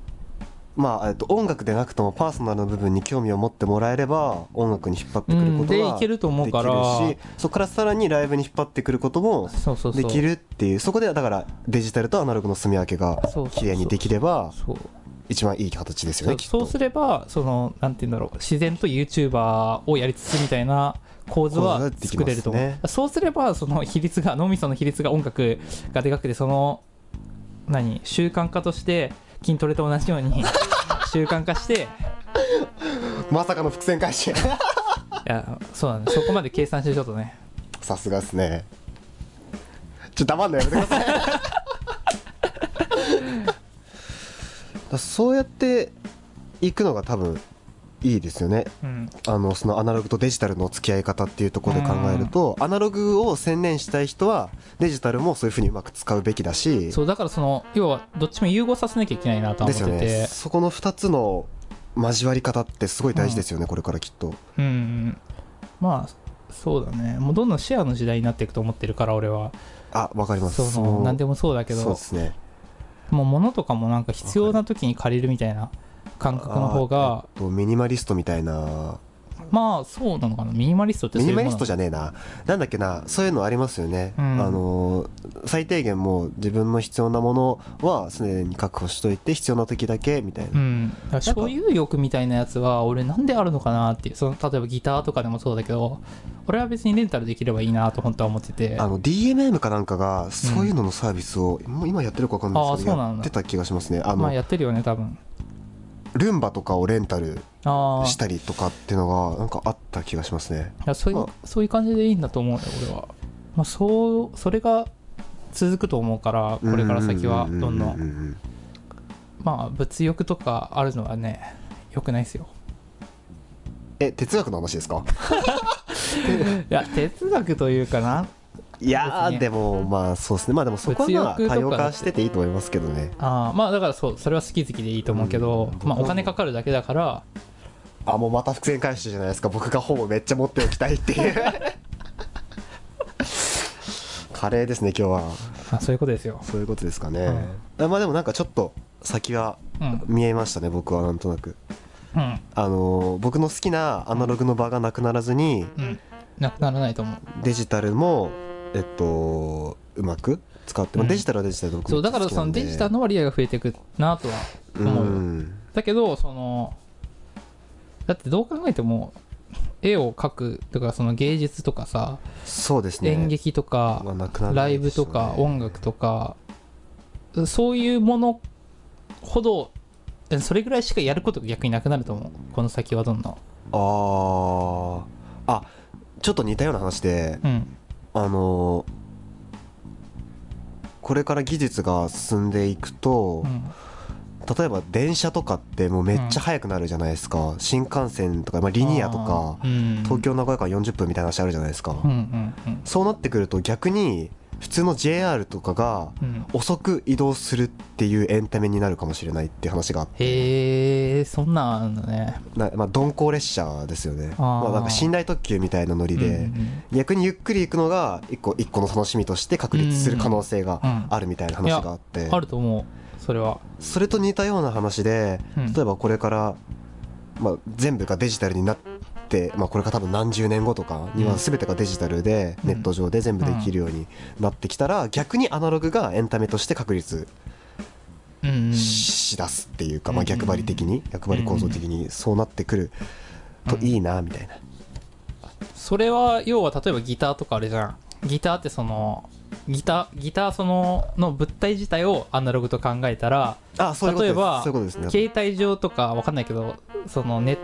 [SPEAKER 1] まあ、えっと、音楽でなくともパーソナルの部分に興味を持ってもらえれば音楽に引っ張ってくる
[SPEAKER 2] う
[SPEAKER 1] こ
[SPEAKER 2] ん
[SPEAKER 1] と
[SPEAKER 2] で
[SPEAKER 1] が
[SPEAKER 2] いけると思う
[SPEAKER 1] でき
[SPEAKER 2] か
[SPEAKER 1] る
[SPEAKER 2] ら
[SPEAKER 1] しそこからさらにライブに引っ張ってくることも
[SPEAKER 2] そうそうそう
[SPEAKER 1] できるっていうそこでだからデジタルとアナログの住み分けが
[SPEAKER 2] そうそうそう
[SPEAKER 1] 綺麗にできれば
[SPEAKER 2] そう
[SPEAKER 1] 一番いい形ですよ
[SPEAKER 2] そ
[SPEAKER 1] ね
[SPEAKER 2] う
[SPEAKER 1] きっ
[SPEAKER 2] そう
[SPEAKER 1] と
[SPEAKER 2] すればそのなんて言うんだろう自然と YouTuber をやりつつみたいな構図
[SPEAKER 1] 構図が
[SPEAKER 2] は
[SPEAKER 1] できますね
[SPEAKER 2] 作れると思う、そうすればその比率が脳みその比率が音楽がでかくてその何習慣化として筋トレと同じように *laughs* 習慣化してい
[SPEAKER 1] まさかの伏線回収
[SPEAKER 2] やそうだねそこまで計算してちょっとね
[SPEAKER 1] さすがですねちょっと黙んのやめてくださいだからそうやっていくのが多分いいですよね
[SPEAKER 2] うん
[SPEAKER 1] あのそのアナログとデジタルの付き合い方っていうところで考えると、アナログを専念したい人はデジタルもそういうふうにうまく使うべきだし
[SPEAKER 2] そうだからその要はどっちも融合させなきゃいけないなとは
[SPEAKER 1] です
[SPEAKER 2] 思って
[SPEAKER 1] よ
[SPEAKER 2] て、
[SPEAKER 1] ねそこの2つの交わり方ってすごい大事ですよね、これからきっと
[SPEAKER 2] うんまあそうだねもうどんどんシェアの時代になっていくと思ってるから俺は
[SPEAKER 1] あわかります
[SPEAKER 2] その何で
[SPEAKER 1] も
[SPEAKER 2] もそうだけ
[SPEAKER 1] そう
[SPEAKER 2] ど
[SPEAKER 1] ですね
[SPEAKER 2] もう物とかもなんか必要な時に借りるみたいな感覚の方
[SPEAKER 1] あ
[SPEAKER 2] が
[SPEAKER 1] ーえっとミニマリストみたいな
[SPEAKER 2] まあそうなのかなミニマリストって
[SPEAKER 1] ミ
[SPEAKER 2] そうい
[SPEAKER 1] ニ
[SPEAKER 2] うも
[SPEAKER 1] マ
[SPEAKER 2] の
[SPEAKER 1] リストじゃねえななんだっけなそういうのありますよね、
[SPEAKER 2] うん
[SPEAKER 1] あの最低限もう自分の必要なものは常に確保しといて必要な時だけみたいな、
[SPEAKER 2] うん、だから所有欲みたいなやつは俺なんであるのかなっていうその例えばギターとかでもそうだけど俺は別にレンタルできればいいなと本当は思ってて
[SPEAKER 1] あの DMM かなんかがそういうののサービスを、もう今やってるか分かんないですけ
[SPEAKER 2] あーそ
[SPEAKER 1] ど
[SPEAKER 2] うな
[SPEAKER 1] や
[SPEAKER 2] んだ
[SPEAKER 1] ってた気がしますねあの、
[SPEAKER 2] まあやってるよね多分
[SPEAKER 1] ルンバとかをレンタル
[SPEAKER 2] ああ
[SPEAKER 1] したりとかっていうのがなんかあった気がしますね
[SPEAKER 2] いやそういう、
[SPEAKER 1] まあ
[SPEAKER 2] そういう感じでいいんだと思うよ俺は、まあ、そうそれが続くと思うからこれから先はどんど
[SPEAKER 1] ううんううん
[SPEAKER 2] まあ物欲とかあるのはね良くないですよ
[SPEAKER 1] え哲学の話ですか
[SPEAKER 2] いや哲学というかない
[SPEAKER 1] や
[SPEAKER 2] 別
[SPEAKER 1] ー
[SPEAKER 2] に
[SPEAKER 1] でもまあそうですねまあでもそこはまあ
[SPEAKER 2] 物欲とか
[SPEAKER 1] 多様化してていいと思いますけどね
[SPEAKER 2] あーまあだからそうそれは好き好きでいいと思うけど、
[SPEAKER 1] うん
[SPEAKER 2] まあ、お金かかるだけだから
[SPEAKER 1] あもうまた伏線回収じゃないですか僕が本をめっちゃ持っておきたいって
[SPEAKER 2] *laughs*
[SPEAKER 1] いうカレーですね今日は
[SPEAKER 2] あそういうことですよ、
[SPEAKER 1] そういうことですかね、あまあでもなんかちょっと先は
[SPEAKER 2] うん
[SPEAKER 1] 見えましたね僕はなんとなく
[SPEAKER 2] うん
[SPEAKER 1] あのー僕の好きなアナログの場がなくならずに
[SPEAKER 2] うん、なくならないと思う
[SPEAKER 1] デジタルもえっとうまく使って、まあ
[SPEAKER 2] うん
[SPEAKER 1] デジタルはデジタルで僕
[SPEAKER 2] そ
[SPEAKER 1] も
[SPEAKER 2] うだからそのデジタル
[SPEAKER 1] の
[SPEAKER 2] の割合が増えていくなとは
[SPEAKER 1] う
[SPEAKER 2] 思うよ、
[SPEAKER 1] ん
[SPEAKER 2] だけどそのだってどう考えても絵を描くとかその芸術とかさ、
[SPEAKER 1] そうですね
[SPEAKER 2] 演劇とか、
[SPEAKER 1] はなくならな
[SPEAKER 2] ライ
[SPEAKER 1] いで
[SPEAKER 2] ブ
[SPEAKER 1] すよ
[SPEAKER 2] と
[SPEAKER 1] ね
[SPEAKER 2] か音楽とかそういうものほどえそれぐらいしかやることが逆になくなると思うこの先はどんどん
[SPEAKER 1] あああちょっと似たような話で
[SPEAKER 2] うん
[SPEAKER 1] あのーこれから技術が進んでいくと、
[SPEAKER 2] うん
[SPEAKER 1] 例えば電車とかってもうめっちゃ速くなるじゃないですか、新幹線とか、まあ、リニアとか
[SPEAKER 2] あーうん
[SPEAKER 1] 東京名古屋から40分みたいな話あるじゃないですか、
[SPEAKER 2] うんうんうん
[SPEAKER 1] そうなってくると逆に普通の JR とかが
[SPEAKER 2] うん
[SPEAKER 1] 遅く移動するっていうエンタメになるかもしれないっていう話があって
[SPEAKER 2] へえそんなんあるんだね
[SPEAKER 1] な、まあ、鈍行列車ですよね
[SPEAKER 2] あー
[SPEAKER 1] まあ、なんか寝台特急みたいなノリで、
[SPEAKER 2] うんうん
[SPEAKER 1] 逆にゆっくり行くのが一個一個の楽しみとして確立する可能性があるみたいな話があって、
[SPEAKER 2] あると思うそれは
[SPEAKER 1] それと似たような話で
[SPEAKER 2] うん
[SPEAKER 1] 例えばこれから、まあ、全部がデジタルになって、まあ、これから多分何十年後とかに
[SPEAKER 2] う
[SPEAKER 1] は
[SPEAKER 2] ん
[SPEAKER 1] 全てがデジタルで
[SPEAKER 2] うん
[SPEAKER 1] ネット上で全部できるようになってきたら逆にアナログがエンタメとして確立
[SPEAKER 2] うんうん
[SPEAKER 1] しだすっていうか、
[SPEAKER 2] うん
[SPEAKER 1] まあ、逆張り的に逆張り構造的にそうなってくるといいなみたいな。
[SPEAKER 2] それは要は例えばギターとかあれじゃんギターってそのギターギターそのの物体自体をアナログと考えたら
[SPEAKER 1] あそういうことで
[SPEAKER 2] 例えば
[SPEAKER 1] すそういうことですね
[SPEAKER 2] 携帯上とかわかんないけどそのネッ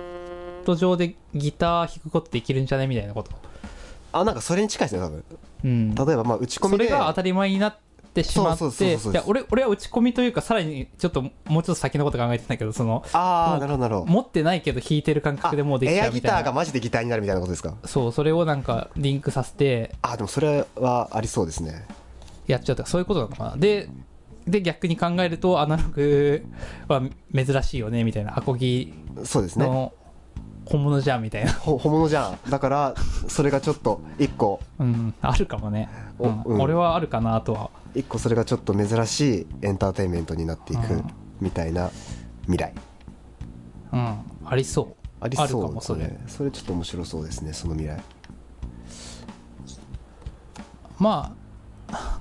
[SPEAKER 2] ト上でギター弾くことできるんじゃねみたいなこと、
[SPEAKER 1] あなんかそれに近いですね多分
[SPEAKER 2] うん、
[SPEAKER 1] 例えばまあ打ち込
[SPEAKER 2] そ
[SPEAKER 1] み
[SPEAKER 2] れ
[SPEAKER 1] で
[SPEAKER 2] が当たり前になってしまっ
[SPEAKER 1] そうそうそう
[SPEAKER 2] て
[SPEAKER 1] そうそう
[SPEAKER 2] いや俺俺は打ち込みというかさらにちょっともうちょっと先のこと考えてたけどその
[SPEAKER 1] ああなるほどなるほど
[SPEAKER 2] 持ってないけど弾いてる感覚でもうでき
[SPEAKER 1] エ
[SPEAKER 2] ちゃ
[SPEAKER 1] ア
[SPEAKER 2] うみ
[SPEAKER 1] ギ
[SPEAKER 2] たい
[SPEAKER 1] タ
[SPEAKER 2] な
[SPEAKER 1] ーがマジでギターになるみたいなことですか
[SPEAKER 2] そうそれをなんかリンクさせて
[SPEAKER 1] あでもそれはありそうですね
[SPEAKER 2] やっちゃうとかそういうことなのかなでで逆に考えるとアナログは珍しいよねみたいなアコギ
[SPEAKER 1] そうですね
[SPEAKER 2] の本物じゃんみたいな、
[SPEAKER 1] ほ本物じゃんだからそれがちょっと一個
[SPEAKER 2] うん、あるかもね、
[SPEAKER 1] お
[SPEAKER 2] うん
[SPEAKER 1] うん
[SPEAKER 2] 俺はあるかなとは
[SPEAKER 1] 一個それがちょっと珍しいエンターテインメントになっていく
[SPEAKER 2] うん
[SPEAKER 1] みたいな未来
[SPEAKER 2] うんありそう
[SPEAKER 1] あり
[SPEAKER 2] ある
[SPEAKER 1] そ
[SPEAKER 2] か
[SPEAKER 1] う
[SPEAKER 2] も
[SPEAKER 1] で
[SPEAKER 2] そ
[SPEAKER 1] す
[SPEAKER 2] れ
[SPEAKER 1] ねそれちょっと面白そうですねその未来
[SPEAKER 2] まあ、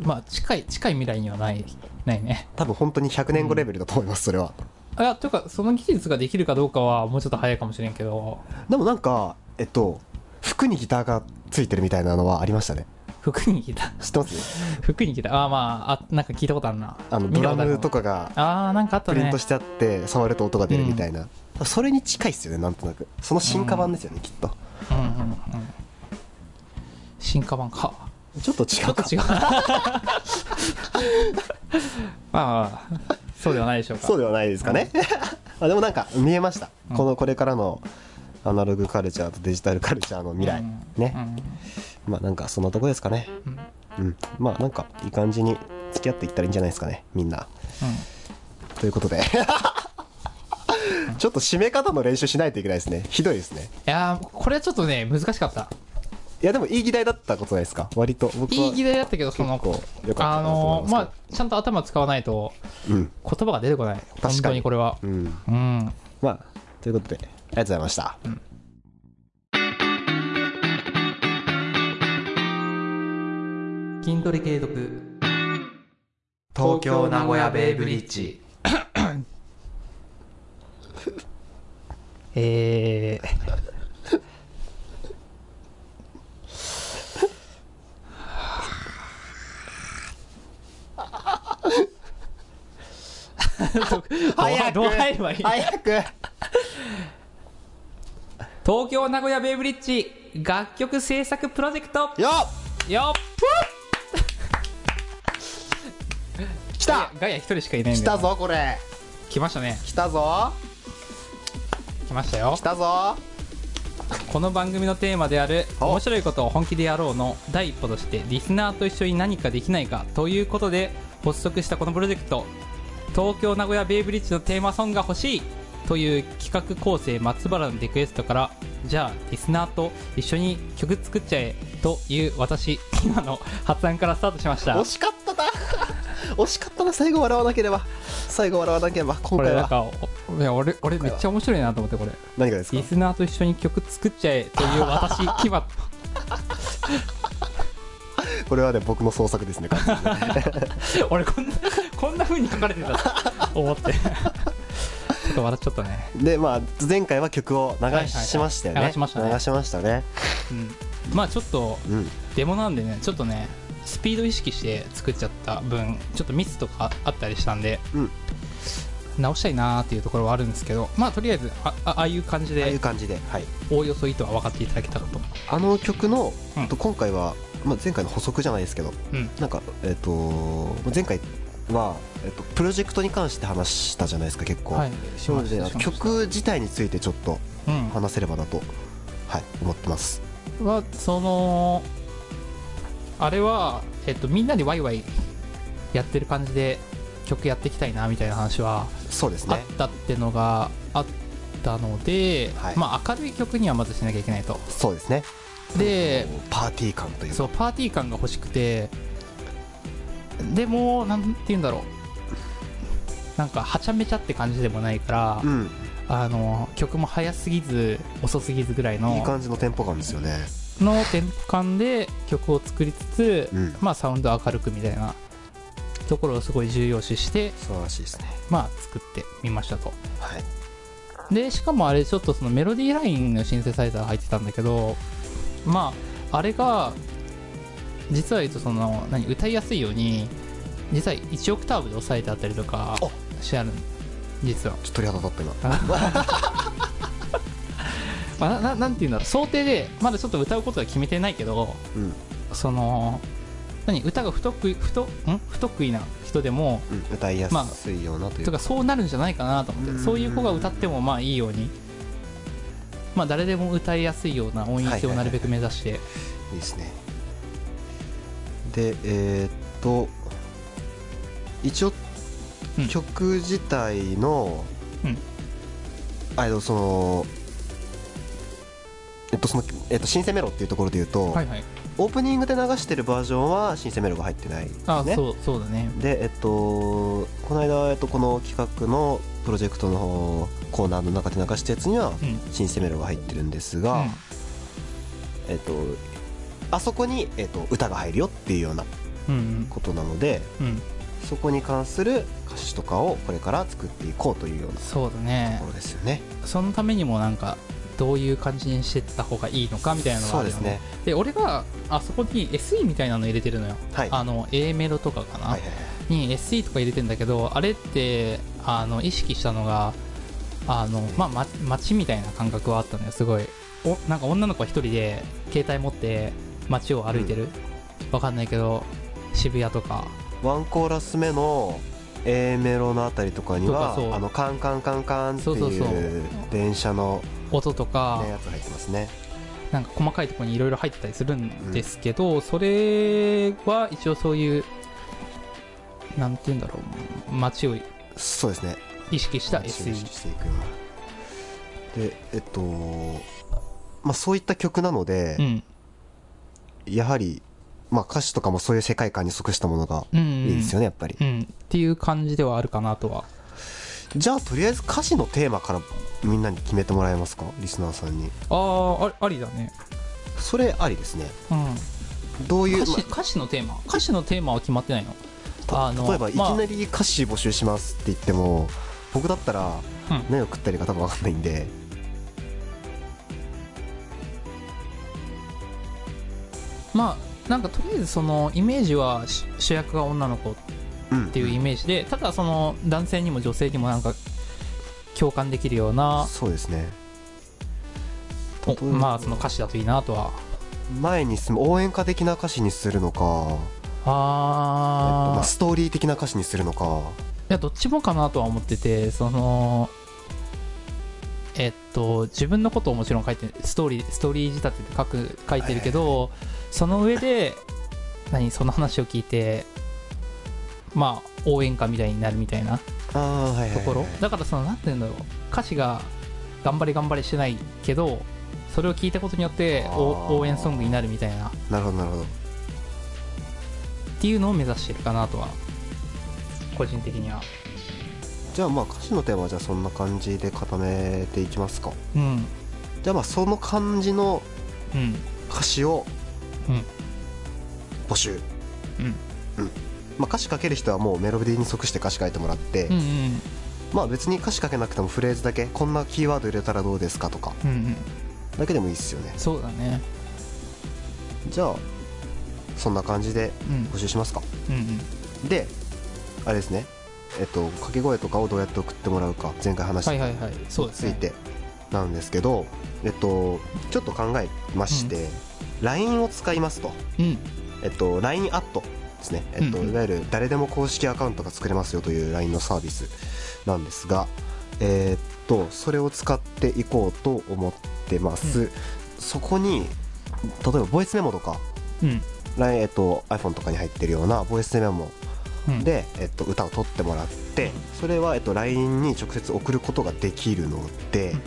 [SPEAKER 2] まあ、近い、近い未来にはない、ないね。
[SPEAKER 1] 多分本当に100年後レベルだと思いますそれは、
[SPEAKER 2] あいや、というか、その技術ができるかどうかは、もうちょっと早いかもしれんけど、
[SPEAKER 1] でもなんかえっと服にギターがついてるみたいなのはありましたね
[SPEAKER 2] 服に来た。
[SPEAKER 1] 知ってます
[SPEAKER 2] 服に来た。ああ、まあ、あ、なんか聞いたことあるな。
[SPEAKER 1] あの
[SPEAKER 2] 見
[SPEAKER 1] ド
[SPEAKER 2] た
[SPEAKER 1] ラ
[SPEAKER 2] ことある
[SPEAKER 1] ムと。かが
[SPEAKER 2] ああ、なんかあった
[SPEAKER 1] プリン
[SPEAKER 2] ね
[SPEAKER 1] ト。してあって触ると音が出るみたいな、それに近いっすよねなんとなくその進化版ですよね、きっと
[SPEAKER 2] うんうんうん。進化版か。
[SPEAKER 1] ちょっと違
[SPEAKER 2] ちょ
[SPEAKER 1] う
[SPEAKER 2] っと
[SPEAKER 1] か
[SPEAKER 2] 違う。 *laughs* まあ、そうではないでしょうか。
[SPEAKER 1] そうではないですかね、 *laughs* あでもなんか見えました、
[SPEAKER 2] うん
[SPEAKER 1] このこれからのアナログカルチャーとデジタルカルチャーの未来、
[SPEAKER 2] うん
[SPEAKER 1] ね、まあなんかそんなとこですかね
[SPEAKER 2] うん。うん。うん
[SPEAKER 1] うんまあなんかいい感じに付き合っていったらいいんじゃないですかねみんなということでちょっと締め方の練習しないといけないですねひどいですね
[SPEAKER 2] いやーこれはちょっとね難しかった
[SPEAKER 1] いやでもいい議題だったことないですか割と僕はい
[SPEAKER 2] い議題だったけどその
[SPEAKER 1] 結構良かった
[SPEAKER 2] あ
[SPEAKER 1] かなと思いま
[SPEAKER 2] のー
[SPEAKER 1] すけど
[SPEAKER 2] まあちゃんと頭使わないと
[SPEAKER 1] うん
[SPEAKER 2] 言葉が出てこない
[SPEAKER 1] かに
[SPEAKER 2] 本当にこれは
[SPEAKER 1] うん
[SPEAKER 2] うん
[SPEAKER 1] まあということでありがとうございました、
[SPEAKER 2] 筋トレ継続
[SPEAKER 3] 東京名古屋ベイブリッジ
[SPEAKER 2] えー
[SPEAKER 1] 早く
[SPEAKER 2] どう入ればいい
[SPEAKER 1] 早く
[SPEAKER 2] 東京名古屋ベイブリッジ楽曲制作プロジェクト
[SPEAKER 1] よっ
[SPEAKER 2] よ
[SPEAKER 1] 来た
[SPEAKER 2] っガイア一人しかいないん
[SPEAKER 1] 来
[SPEAKER 2] だよ
[SPEAKER 1] たぞこれ
[SPEAKER 2] 来ましたね
[SPEAKER 1] 来たぞ
[SPEAKER 2] 来ましたよ
[SPEAKER 1] 来たぞ
[SPEAKER 2] この番組のテーマである「
[SPEAKER 1] お
[SPEAKER 2] 面白いことを本気でやろう」の第一歩としてリスナーと一緒に何かできないかということで発足したこのプロジェクト「東京名古屋ベイブリッジのテーマソングが欲しい」という企画構成松原のリクエストからじゃあリスナーと一緒に曲作っちゃえという私今の発案からスタートしました
[SPEAKER 1] 惜しかったな *laughs* 惜しかったな最後笑わなければ最後笑わなければ今
[SPEAKER 2] これ
[SPEAKER 1] 回
[SPEAKER 2] なん
[SPEAKER 1] は
[SPEAKER 2] かおいや俺俺めっちゃ面白いなと思ってこれ
[SPEAKER 1] 何がですか
[SPEAKER 2] リスナーと一緒に曲作っちゃえという私今の
[SPEAKER 1] これはね僕の創作ですね完全にね
[SPEAKER 2] *laughs* 俺こんなこんな風に書かれてた
[SPEAKER 1] *laughs*
[SPEAKER 2] と思ってちょっと笑っちゃったね、
[SPEAKER 1] でまあ前回は曲を流しましたよね、
[SPEAKER 2] はいはいはい流しましたね
[SPEAKER 1] 流しましたね
[SPEAKER 2] うん、まあちょっと
[SPEAKER 1] うん
[SPEAKER 2] デモなんでねちょっとねスピード意識して作っちゃった分ちょっとミスとかあったりしたんで、
[SPEAKER 1] うん
[SPEAKER 2] 直したいなーっていうところはあるんですけどまあとりあえずああああいう感じ
[SPEAKER 1] ああいう
[SPEAKER 2] で
[SPEAKER 1] 感じではい
[SPEAKER 2] おおよそ意図は分かっていただけたらと
[SPEAKER 1] あの曲の、
[SPEAKER 2] うん
[SPEAKER 1] と今回は、まあ、前回の補足じゃないですけど
[SPEAKER 2] うん
[SPEAKER 1] なんかえっ、と前回は、えっとプロジェクトに関して話したじゃないですか結構、
[SPEAKER 2] はいし
[SPEAKER 1] な
[SPEAKER 2] ま
[SPEAKER 1] の
[SPEAKER 2] した
[SPEAKER 1] で
[SPEAKER 2] しました
[SPEAKER 1] 曲自体についてちょっと
[SPEAKER 2] うん
[SPEAKER 1] 話せればなと、はい、思ってます
[SPEAKER 2] はそのあれは、えっと、みんなでワイワイやってる感じで曲やっていきたいなみたいな話は
[SPEAKER 1] そうです
[SPEAKER 2] あ
[SPEAKER 1] ね
[SPEAKER 2] ったってのがあったので、
[SPEAKER 1] はい
[SPEAKER 2] まあ、明るい曲にはまずしなきゃいけないと
[SPEAKER 1] そうですね
[SPEAKER 2] で
[SPEAKER 1] パーティー感というか
[SPEAKER 2] そうパーティー感が欲しくてでもなんて言うんだろうなんかはちゃめちゃって感じでもないから、
[SPEAKER 1] うん
[SPEAKER 2] あの曲も早すぎず遅すぎずぐらい
[SPEAKER 1] いい
[SPEAKER 2] の
[SPEAKER 1] 感じのテンポ感ですよね
[SPEAKER 2] の転換で曲を作りつつ、
[SPEAKER 1] うん
[SPEAKER 2] まあ、サウンド明るくみたいなところをすごい重要視して、
[SPEAKER 1] 素晴らしいですね
[SPEAKER 2] まあ、作ってみましたと
[SPEAKER 1] はい
[SPEAKER 2] でしかもあれちょっとそのメロディーラインのシンセサイザー入ってたんだけどまああれが実は言うとその何歌いやすいように実は1オクターブで抑えてあったりとか
[SPEAKER 1] お
[SPEAKER 2] してあるん実は、
[SPEAKER 1] ちょっと鳥肌立った今
[SPEAKER 2] まあ、なななんていうんだろう想定でまだちょっと歌うことは決めてないけど
[SPEAKER 1] *laughs* うん、
[SPEAKER 2] その何歌が不得意不とん不得意な人でも
[SPEAKER 1] うん、歌いやすいようなという
[SPEAKER 2] と
[SPEAKER 1] か、
[SPEAKER 2] かそうなるんじゃないかなと思
[SPEAKER 1] う
[SPEAKER 2] っ
[SPEAKER 1] ん
[SPEAKER 2] てそういう子が歌ってもまあいいようにまあ誰でも歌いやすいような音域をなるべく目指して
[SPEAKER 1] いいですねでえーっと一応、
[SPEAKER 2] うん
[SPEAKER 1] 曲自体の、
[SPEAKER 2] うん
[SPEAKER 1] あえっとそのえっとそのえっと、シンセメロっていうところで言うと、
[SPEAKER 2] はいはい
[SPEAKER 1] オオープニングで流してるバージョンはシンセメロが入ってないですね
[SPEAKER 2] あ、そうそうだね
[SPEAKER 1] でえっとこの間、えっと、この企画のプロジェクトのコーナーの中で流したやつには
[SPEAKER 2] うん
[SPEAKER 1] シンセメロが入ってるんです
[SPEAKER 2] う
[SPEAKER 1] が、
[SPEAKER 2] ん
[SPEAKER 1] えっとあそこに、えっと、歌が入るよっていうような
[SPEAKER 2] うん
[SPEAKER 1] ことなので
[SPEAKER 2] うんうん
[SPEAKER 1] そこに関する歌詞とかをこれから作っていこうというようなと
[SPEAKER 2] そうだね
[SPEAKER 1] ころですよね。
[SPEAKER 2] そのためにもなんかどういう感じにしてった方がいいのかみたいなのが
[SPEAKER 1] そ
[SPEAKER 2] あ
[SPEAKER 1] う
[SPEAKER 2] る
[SPEAKER 1] で
[SPEAKER 2] よ
[SPEAKER 1] す
[SPEAKER 2] ね
[SPEAKER 1] ね。
[SPEAKER 2] で俺があそこに SE みたいなの入れてるのよ、
[SPEAKER 1] はい。
[SPEAKER 2] あの A メロとかかな、
[SPEAKER 1] はいはい
[SPEAKER 2] に SE とか入れてんだけどあれってあの意識したのがあの、まあ、ま街みたいな感覚はあったのよすごいおなんか女の子が一人で携帯持って街を歩いてる、わかんないけど渋谷とか
[SPEAKER 1] ワンコーラス目の A メロのあたりとかには
[SPEAKER 2] とかそう
[SPEAKER 1] あのカンカンカンカンって
[SPEAKER 2] そうそう
[SPEAKER 1] い
[SPEAKER 2] そう
[SPEAKER 1] う電車の、
[SPEAKER 2] 音とか
[SPEAKER 1] ね、やつ入ってますね。
[SPEAKER 2] なんか細かいところにいろいろ入ってたりするんですけど、それは一応そういうなんて言うんだろう街を
[SPEAKER 1] そうですね。
[SPEAKER 2] 意識した
[SPEAKER 1] 意識
[SPEAKER 2] SE
[SPEAKER 1] していくようなでえっとまあそういった曲なので、
[SPEAKER 2] うん
[SPEAKER 1] やはり、まあ、歌詞とかもそういう世界観に即したものが
[SPEAKER 2] うん
[SPEAKER 1] いいですよね、やっぱり
[SPEAKER 2] うん、うん、っていう感じではあるかなとは
[SPEAKER 1] じゃあとりあえず歌詞のテーマからみんなに決めてもらえますかリスナーさんに
[SPEAKER 2] あーありありだね
[SPEAKER 1] それありですね
[SPEAKER 2] うん
[SPEAKER 1] どういう
[SPEAKER 2] 歌詞歌詞のテーマ歌詞のテーマは決まってないの
[SPEAKER 1] ま
[SPEAKER 2] あ
[SPEAKER 1] あ
[SPEAKER 2] の
[SPEAKER 1] 例えばいき
[SPEAKER 2] まあ
[SPEAKER 1] なり歌詞募集しますって言っても、僕だったら
[SPEAKER 2] うん
[SPEAKER 1] 何を食ったりか多分分かんないんで
[SPEAKER 2] まあなんかとりあえずそのイメージはし主役が女の子っ
[SPEAKER 1] うん
[SPEAKER 2] ていうイメージでただその男性にも女性にもなんか共感できるような
[SPEAKER 1] そうですね
[SPEAKER 2] お
[SPEAKER 1] 例えば
[SPEAKER 2] まあその歌詞だといいなとは
[SPEAKER 1] 前に進む応援歌的な歌詞にするのかえっとま
[SPEAKER 2] あ
[SPEAKER 1] あ、ストーリー的な歌詞にするのか
[SPEAKER 2] いやどっちもかなとは思っててそのえっと自分のことをもちろん書いてストーリーストーリー仕立てで書く書いてるけど、その上で何その話を聞いてまあ応援歌みたいになるみたいな
[SPEAKER 1] ああはいはい、
[SPEAKER 2] ところ、だからその何て言うんだろう歌詞が頑張れ頑張れしてないけどそれを聞いたことによって
[SPEAKER 1] あ
[SPEAKER 2] お
[SPEAKER 1] ー
[SPEAKER 2] 応援ソングになるみたいなっ
[SPEAKER 1] なるほどなるほど
[SPEAKER 2] ていうのを目指してるかなとは個人的には
[SPEAKER 1] じゃあまあ歌詞のテーマはじゃあそんな感じで固めていきますか
[SPEAKER 2] うん
[SPEAKER 1] じゃあまあその感じの
[SPEAKER 2] うん
[SPEAKER 1] 歌詞を
[SPEAKER 2] うん
[SPEAKER 1] 募集、
[SPEAKER 2] うん
[SPEAKER 1] まあ、歌詞書ける人はもうメロディーに即して歌詞書いてもらって、
[SPEAKER 2] うんうん
[SPEAKER 1] まあ別に歌詞書けなくてもフレーズだけこんなキーワード入れたらどうですかとか
[SPEAKER 2] うんうん
[SPEAKER 1] だけでもいいっすよね
[SPEAKER 2] そうだね
[SPEAKER 1] じゃあそんな感じで
[SPEAKER 2] うん
[SPEAKER 1] 募集しますか
[SPEAKER 2] うんうん
[SPEAKER 1] であれですねえっと掛け声とかをどうやって送ってもらうか前回話し
[SPEAKER 2] は
[SPEAKER 1] て
[SPEAKER 2] いはいはいそうです
[SPEAKER 1] つい
[SPEAKER 2] ね
[SPEAKER 1] てなんですけど、えっと、ちょっと考えまして、LINE を使いますと、
[SPEAKER 2] うん
[SPEAKER 1] えっと、LINE アットですね、えっと
[SPEAKER 2] うんうん
[SPEAKER 1] いわゆる誰でも公式アカウントが作れますよという LINE のサービスなんですが、えっとそれを使っていこうと思ってます、そこに例えばボイスメモとか
[SPEAKER 2] うん
[SPEAKER 1] LINE、えっと、iPhone とかに入ってるようなボイスメモ
[SPEAKER 2] うん
[SPEAKER 1] で、えっと、歌を取ってもらってそれは、えっと、LINE に直接送ることができるので
[SPEAKER 2] うん、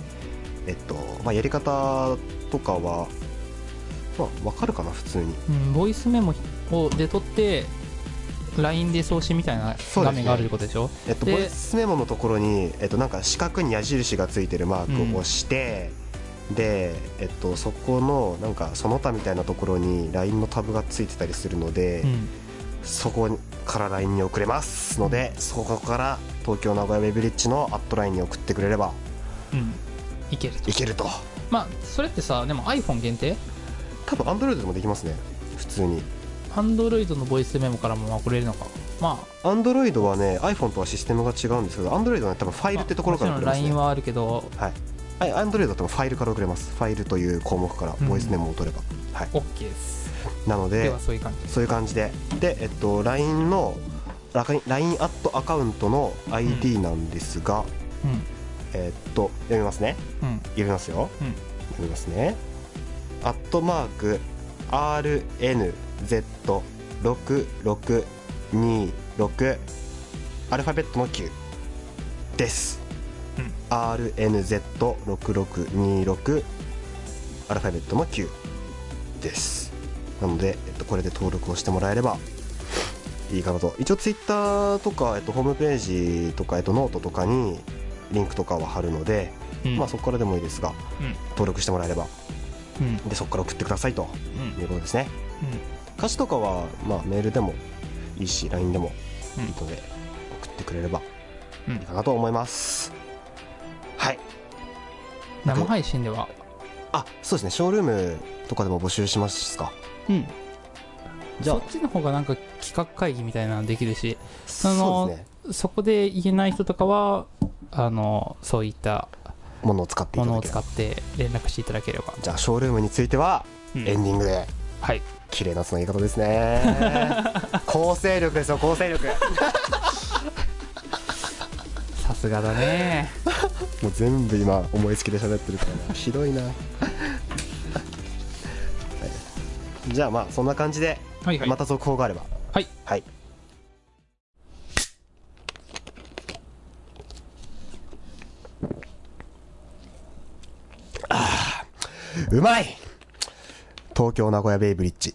[SPEAKER 1] えっとまあ、やり方とかは、まあ、わかるかな普通に
[SPEAKER 2] うんボイスメモをで撮って LINE で送信みたいな
[SPEAKER 1] そうですね
[SPEAKER 2] 画面があるってことでしょ
[SPEAKER 1] えっと、
[SPEAKER 2] で
[SPEAKER 1] ボイスメモのところに、えっと、なんか四角に矢印がついてるマークを押して、で、えっと、そこのなんかその他みたいなところに LINE のタブがついてたりするので、
[SPEAKER 2] うん
[SPEAKER 1] そこから LINE に送れますので、そこから東京名古屋ウェブリッジのアット LINE に送ってくれれば
[SPEAKER 2] うんいけると
[SPEAKER 1] いけると
[SPEAKER 2] まあそれってさでも iPhone 限定
[SPEAKER 1] 多分 Android でもできますね普通に
[SPEAKER 2] Android のボイスメモからもまあ送れるのかまあ
[SPEAKER 1] Android はね iPhone とはシステムが違うんですけど Android はね多分ファイルってところから
[SPEAKER 2] まあ
[SPEAKER 1] 送
[SPEAKER 2] も
[SPEAKER 1] れ
[SPEAKER 2] ち
[SPEAKER 1] ます
[SPEAKER 2] ろん LINE
[SPEAKER 1] ね
[SPEAKER 2] はあるけど
[SPEAKER 1] はいはい Android だとファイルから送れますファイルという項目から
[SPEAKER 2] うん
[SPEAKER 1] ボイスメモを取れば、はい
[SPEAKER 2] OK です
[SPEAKER 1] なの
[SPEAKER 2] で
[SPEAKER 1] で
[SPEAKER 2] はそういう感じです
[SPEAKER 1] そういう感じでで、えっと、LINE の LINE アットアカウントの ID なんですが、
[SPEAKER 2] うん
[SPEAKER 1] えっと読みますね
[SPEAKER 2] うん
[SPEAKER 1] 読みますよ、
[SPEAKER 2] うん
[SPEAKER 1] 読みますねアットマーク RNZ6626 アルファベットの9です、
[SPEAKER 2] うん
[SPEAKER 1] RNZ6626 アルファベットの9ですなので、えっと、これで登録をしてもらえればいいかなと一応ツイッターとか、えっと、ホームページとか、えっと、ノートとかにリンクとかは貼るので、
[SPEAKER 2] うん
[SPEAKER 1] まあ、そこからでもいいですが、
[SPEAKER 2] うん
[SPEAKER 1] 登録してもらえれば
[SPEAKER 2] うんうん
[SPEAKER 1] でそこから送ってくださいということですね歌詞とかは、まあ、メールでもいいし LINE でもいいので、送ってくれれば
[SPEAKER 2] うん
[SPEAKER 1] いいかなと思います、はい
[SPEAKER 2] 生配信では
[SPEAKER 1] あそうですねショールームとかでも募集しますか
[SPEAKER 2] うん
[SPEAKER 1] じゃあ
[SPEAKER 2] そっちの方がなんか企画会議みたいなのできるし
[SPEAKER 1] そ
[SPEAKER 2] の
[SPEAKER 1] うですね
[SPEAKER 2] そこで言えない人とかはあのそういった
[SPEAKER 1] ものを使ってい
[SPEAKER 2] も
[SPEAKER 1] ただけれ
[SPEAKER 2] のを使
[SPEAKER 1] ば
[SPEAKER 2] って連絡していただければ、
[SPEAKER 1] じゃあショールームについては
[SPEAKER 2] うん
[SPEAKER 1] エンディングで
[SPEAKER 2] はい
[SPEAKER 1] 綺麗なつなぎ方です
[SPEAKER 2] *laughs*
[SPEAKER 1] ね構成力ですよ構成力 *laughs*
[SPEAKER 2] さすがだね
[SPEAKER 1] もう全部今思いつきで喋ってるからなひどいな、はいじゃあまあそんな感じで
[SPEAKER 2] はいはい
[SPEAKER 1] また続報があれば
[SPEAKER 2] はい
[SPEAKER 1] はいあーうまい東京名古屋ベイブリッジ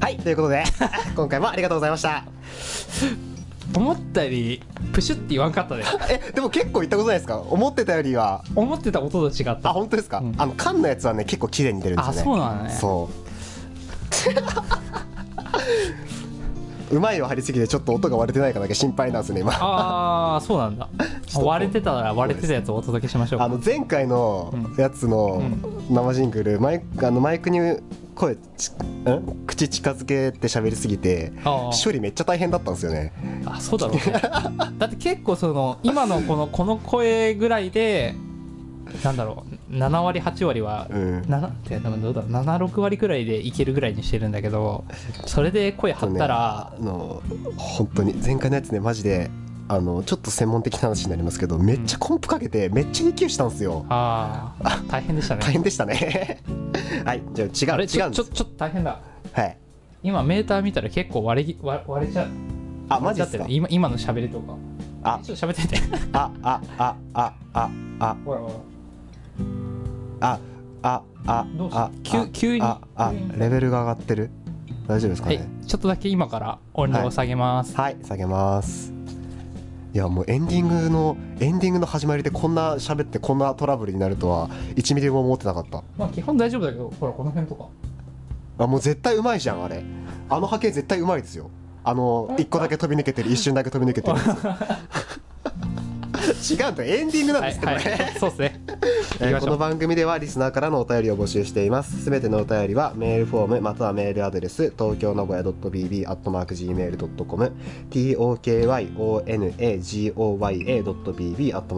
[SPEAKER 1] はいということで *laughs* 今回もありがとうございました
[SPEAKER 2] 思ったよりプシュって言わん
[SPEAKER 1] *laughs*
[SPEAKER 2] かったで
[SPEAKER 1] えでも結構言ったことないですか思ってたよりは
[SPEAKER 2] 思ってた音と違った
[SPEAKER 1] あ本当ですか、
[SPEAKER 2] うん
[SPEAKER 1] あの缶のやつはね結構綺麗に出るんですよね
[SPEAKER 2] あそうなんだね
[SPEAKER 1] そううま *laughs* いを張りすぎてちょっと音が割れてないかだけ心配なんですよね今あ
[SPEAKER 2] ああそう
[SPEAKER 1] *laughs*
[SPEAKER 2] なんだ
[SPEAKER 1] と
[SPEAKER 2] 割れてたら割れてたやつをお届けしましょうか
[SPEAKER 1] の前回のやつの生ジングル、マイクあのマイクに声ちん口近づけて喋りすぎて
[SPEAKER 2] あー
[SPEAKER 1] 処理めっちゃ大変だったんですよね
[SPEAKER 2] あそうだろうねだって結構その今のこのこの声ぐらいでなんだろう7割8割は
[SPEAKER 1] うん
[SPEAKER 2] 7ってでもどうだろう76割くらいでいけるぐらいにしてるんだけどそれで声張ったら、
[SPEAKER 1] あの本当に前回のやつねマジであのちょっと専門的な話になりますけどめっちゃコンプかけてめっちゃ息をしたんですよ、
[SPEAKER 2] ああ大変でした
[SPEAKER 1] 大
[SPEAKER 2] ね
[SPEAKER 1] 変でしたね *laughs* はいじゃ
[SPEAKER 2] あ
[SPEAKER 1] あ違う
[SPEAKER 2] れ
[SPEAKER 1] 違
[SPEAKER 2] ち
[SPEAKER 1] う
[SPEAKER 2] ょ
[SPEAKER 1] んで
[SPEAKER 2] ちょ
[SPEAKER 1] す
[SPEAKER 2] ちょっと大変だ
[SPEAKER 1] はい
[SPEAKER 2] 今メーター見たら結構割れぎ割割れちゃう
[SPEAKER 1] あマ
[SPEAKER 2] 割
[SPEAKER 1] ジ
[SPEAKER 2] れ
[SPEAKER 1] っ
[SPEAKER 2] ち
[SPEAKER 1] す
[SPEAKER 2] ゃ
[SPEAKER 1] か
[SPEAKER 2] ってる今今の喋りとか
[SPEAKER 1] あ
[SPEAKER 2] ちょっと喋ってて
[SPEAKER 1] ああああああ
[SPEAKER 2] ほらほら
[SPEAKER 1] あああ
[SPEAKER 2] どうした
[SPEAKER 1] あ
[SPEAKER 2] 急
[SPEAKER 1] あ
[SPEAKER 2] 急に
[SPEAKER 1] ああ
[SPEAKER 2] 急に
[SPEAKER 1] レベルが上がってる大丈夫ですか
[SPEAKER 2] は
[SPEAKER 1] ね、
[SPEAKER 2] いちょっとだけ今から音量を下げます、
[SPEAKER 1] はい下げますいやもうエンディングのエンディングの始まりでこんな喋ってこんなトラブルになるとは1ミリも思ってなかった
[SPEAKER 2] まあ基本大丈夫だけどほらこの辺とか
[SPEAKER 1] あもう絶対うまいじゃんあれあの波形絶対うまいですよあの1個だけ飛び抜けてる一瞬だけ飛び抜けてるやつ *laughs* 違うんだよエンディングなん
[SPEAKER 2] は
[SPEAKER 1] で
[SPEAKER 2] い
[SPEAKER 1] すけど
[SPEAKER 2] は
[SPEAKER 1] ね、
[SPEAKER 2] いそうです
[SPEAKER 1] *laughs*
[SPEAKER 2] ね
[SPEAKER 1] え
[SPEAKER 2] 行
[SPEAKER 1] ーこ
[SPEAKER 2] きましょ
[SPEAKER 1] の
[SPEAKER 2] う
[SPEAKER 1] 番組ではリスナーからのお便りを募集していますすべてのお便りはメールフォームまたはメールアドレス東京名古屋 .bb.gmail.com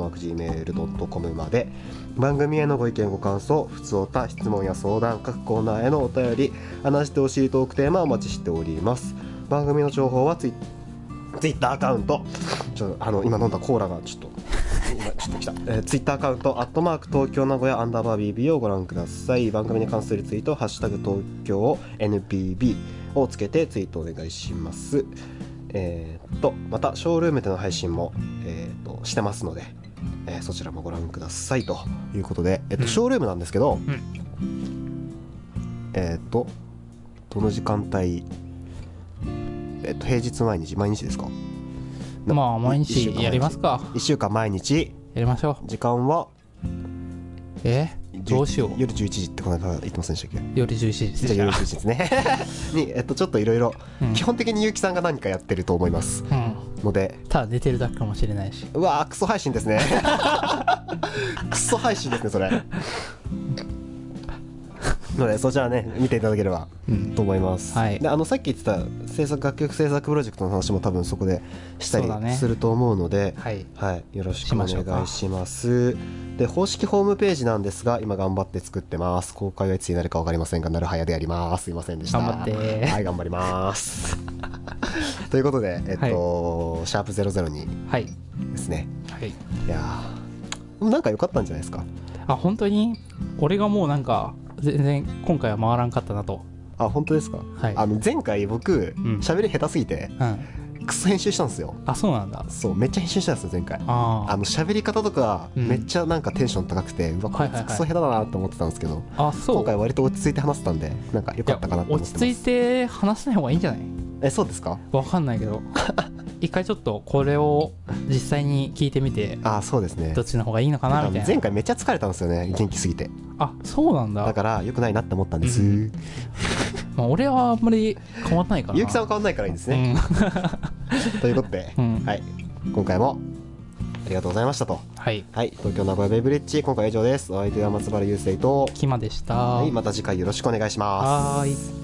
[SPEAKER 1] tokyonagoya.bb.gmail.com まで番組へのご意見ご感想普通おた質問や相談各コーナーへのお便り話してほしいトークテーマをお待ちしております番組の情報はツイツイッターアカウントちょあの今飲んだコーラがちょっと今ちょっと来た、えー、ツイッターアカウント「アットマーク東京名古屋アンダーバー BB」をご覧ください番組に関するツイート「ハッシュタグ東京 NBB」をつけてツイートお願いしますえーっとまたショールームでの配信も、えーっとしてますので、えーそちらもご覧くださいということで、えっと
[SPEAKER 2] うん
[SPEAKER 1] ショールームなんですけど、
[SPEAKER 2] うん
[SPEAKER 1] えーっとどの時間帯えっと平日毎日毎日ですか
[SPEAKER 2] まあ毎
[SPEAKER 1] 一週
[SPEAKER 2] 日
[SPEAKER 1] 間
[SPEAKER 2] やりますか
[SPEAKER 1] 1週間毎日
[SPEAKER 2] やりましょう
[SPEAKER 1] 時間は
[SPEAKER 2] えどうしよう
[SPEAKER 1] 夜11時ってこの間言ってませんでしたっけ
[SPEAKER 2] 夜11時
[SPEAKER 1] じゃあ
[SPEAKER 2] で
[SPEAKER 1] 夜11時です
[SPEAKER 2] *laughs*
[SPEAKER 1] ねに、えっと、ちょっといろいろ
[SPEAKER 2] うん
[SPEAKER 1] 基本的に結城さんが何かやってると思います
[SPEAKER 2] うん
[SPEAKER 1] ので
[SPEAKER 2] ただ寝てるだけかもしれないし
[SPEAKER 1] うわークソ配信です
[SPEAKER 2] *laughs*
[SPEAKER 1] ねクソ配信ですねそれのでそちらね見ていただければ
[SPEAKER 2] うん
[SPEAKER 1] と思います、
[SPEAKER 2] はい
[SPEAKER 1] であのさっき言ってた制作楽曲制作プロジェクトの話も多分そこでした
[SPEAKER 2] そうだ
[SPEAKER 1] り
[SPEAKER 2] ね
[SPEAKER 1] すると思うので
[SPEAKER 2] はい
[SPEAKER 1] はい、よろし
[SPEAKER 2] し
[SPEAKER 1] くお
[SPEAKER 2] ましょうか
[SPEAKER 1] 願いします。で、公式ホームページなんですが、今頑張って作ってます。公開はいつになるかわかりませんが、なるはやでやります。すいませんでした。
[SPEAKER 2] 頑張って
[SPEAKER 1] はい、頑張り
[SPEAKER 2] *laughs*
[SPEAKER 1] ます。ということで、えっと、シャープゼロゼロに
[SPEAKER 2] はい
[SPEAKER 1] ですね。
[SPEAKER 2] はい
[SPEAKER 1] いやーなんか良かったんじゃないですか。
[SPEAKER 2] あ本当に俺がもうなんか全然今回は回らんかったなと
[SPEAKER 1] あ、本当ですか。
[SPEAKER 2] はい
[SPEAKER 1] あの前回僕
[SPEAKER 2] ん
[SPEAKER 1] 喋、り下手すぎて
[SPEAKER 2] うん
[SPEAKER 1] くさん編集したんですよ
[SPEAKER 2] あそうなんだ
[SPEAKER 1] そうめっちゃ編集したんですよ前回
[SPEAKER 2] あ
[SPEAKER 1] あの喋り方とか
[SPEAKER 2] うん
[SPEAKER 1] めっちゃなんかテンション高くて、うわこい
[SPEAKER 2] はいはいは
[SPEAKER 1] つ
[SPEAKER 2] い
[SPEAKER 1] クソ下手だなと思ってたんですけど、
[SPEAKER 2] ああそう
[SPEAKER 1] 今回割と落ち着いて話せたんでなんか良かったかなと思って
[SPEAKER 2] 落
[SPEAKER 1] ます
[SPEAKER 2] ち着いて話しない方がいいんじゃない
[SPEAKER 1] えそうですか
[SPEAKER 2] わかんない
[SPEAKER 1] *laughs*
[SPEAKER 2] けど一回ちょっとこれを実際に聞いてみて
[SPEAKER 1] あそうですね
[SPEAKER 2] どっちの方がいいのかなみたいな
[SPEAKER 1] 前回めっちゃ疲れたんですよね元気すぎて
[SPEAKER 2] あそうなんだ
[SPEAKER 1] だから良くないなって思ったんです、
[SPEAKER 2] う
[SPEAKER 1] 結
[SPEAKER 2] まあ、俺はあんまり変わんないか
[SPEAKER 1] 城
[SPEAKER 2] らな
[SPEAKER 1] ゆうきさんは変わんないからいいですね、ということで、
[SPEAKER 2] うん、うん、は、
[SPEAKER 1] はいい今回もありがとうございましたとはい東京名古屋ベイブリッジ今回は以上ですお相手は松原雄生と
[SPEAKER 2] キマでした
[SPEAKER 1] はいまた次回よろしくお願いします
[SPEAKER 2] はーい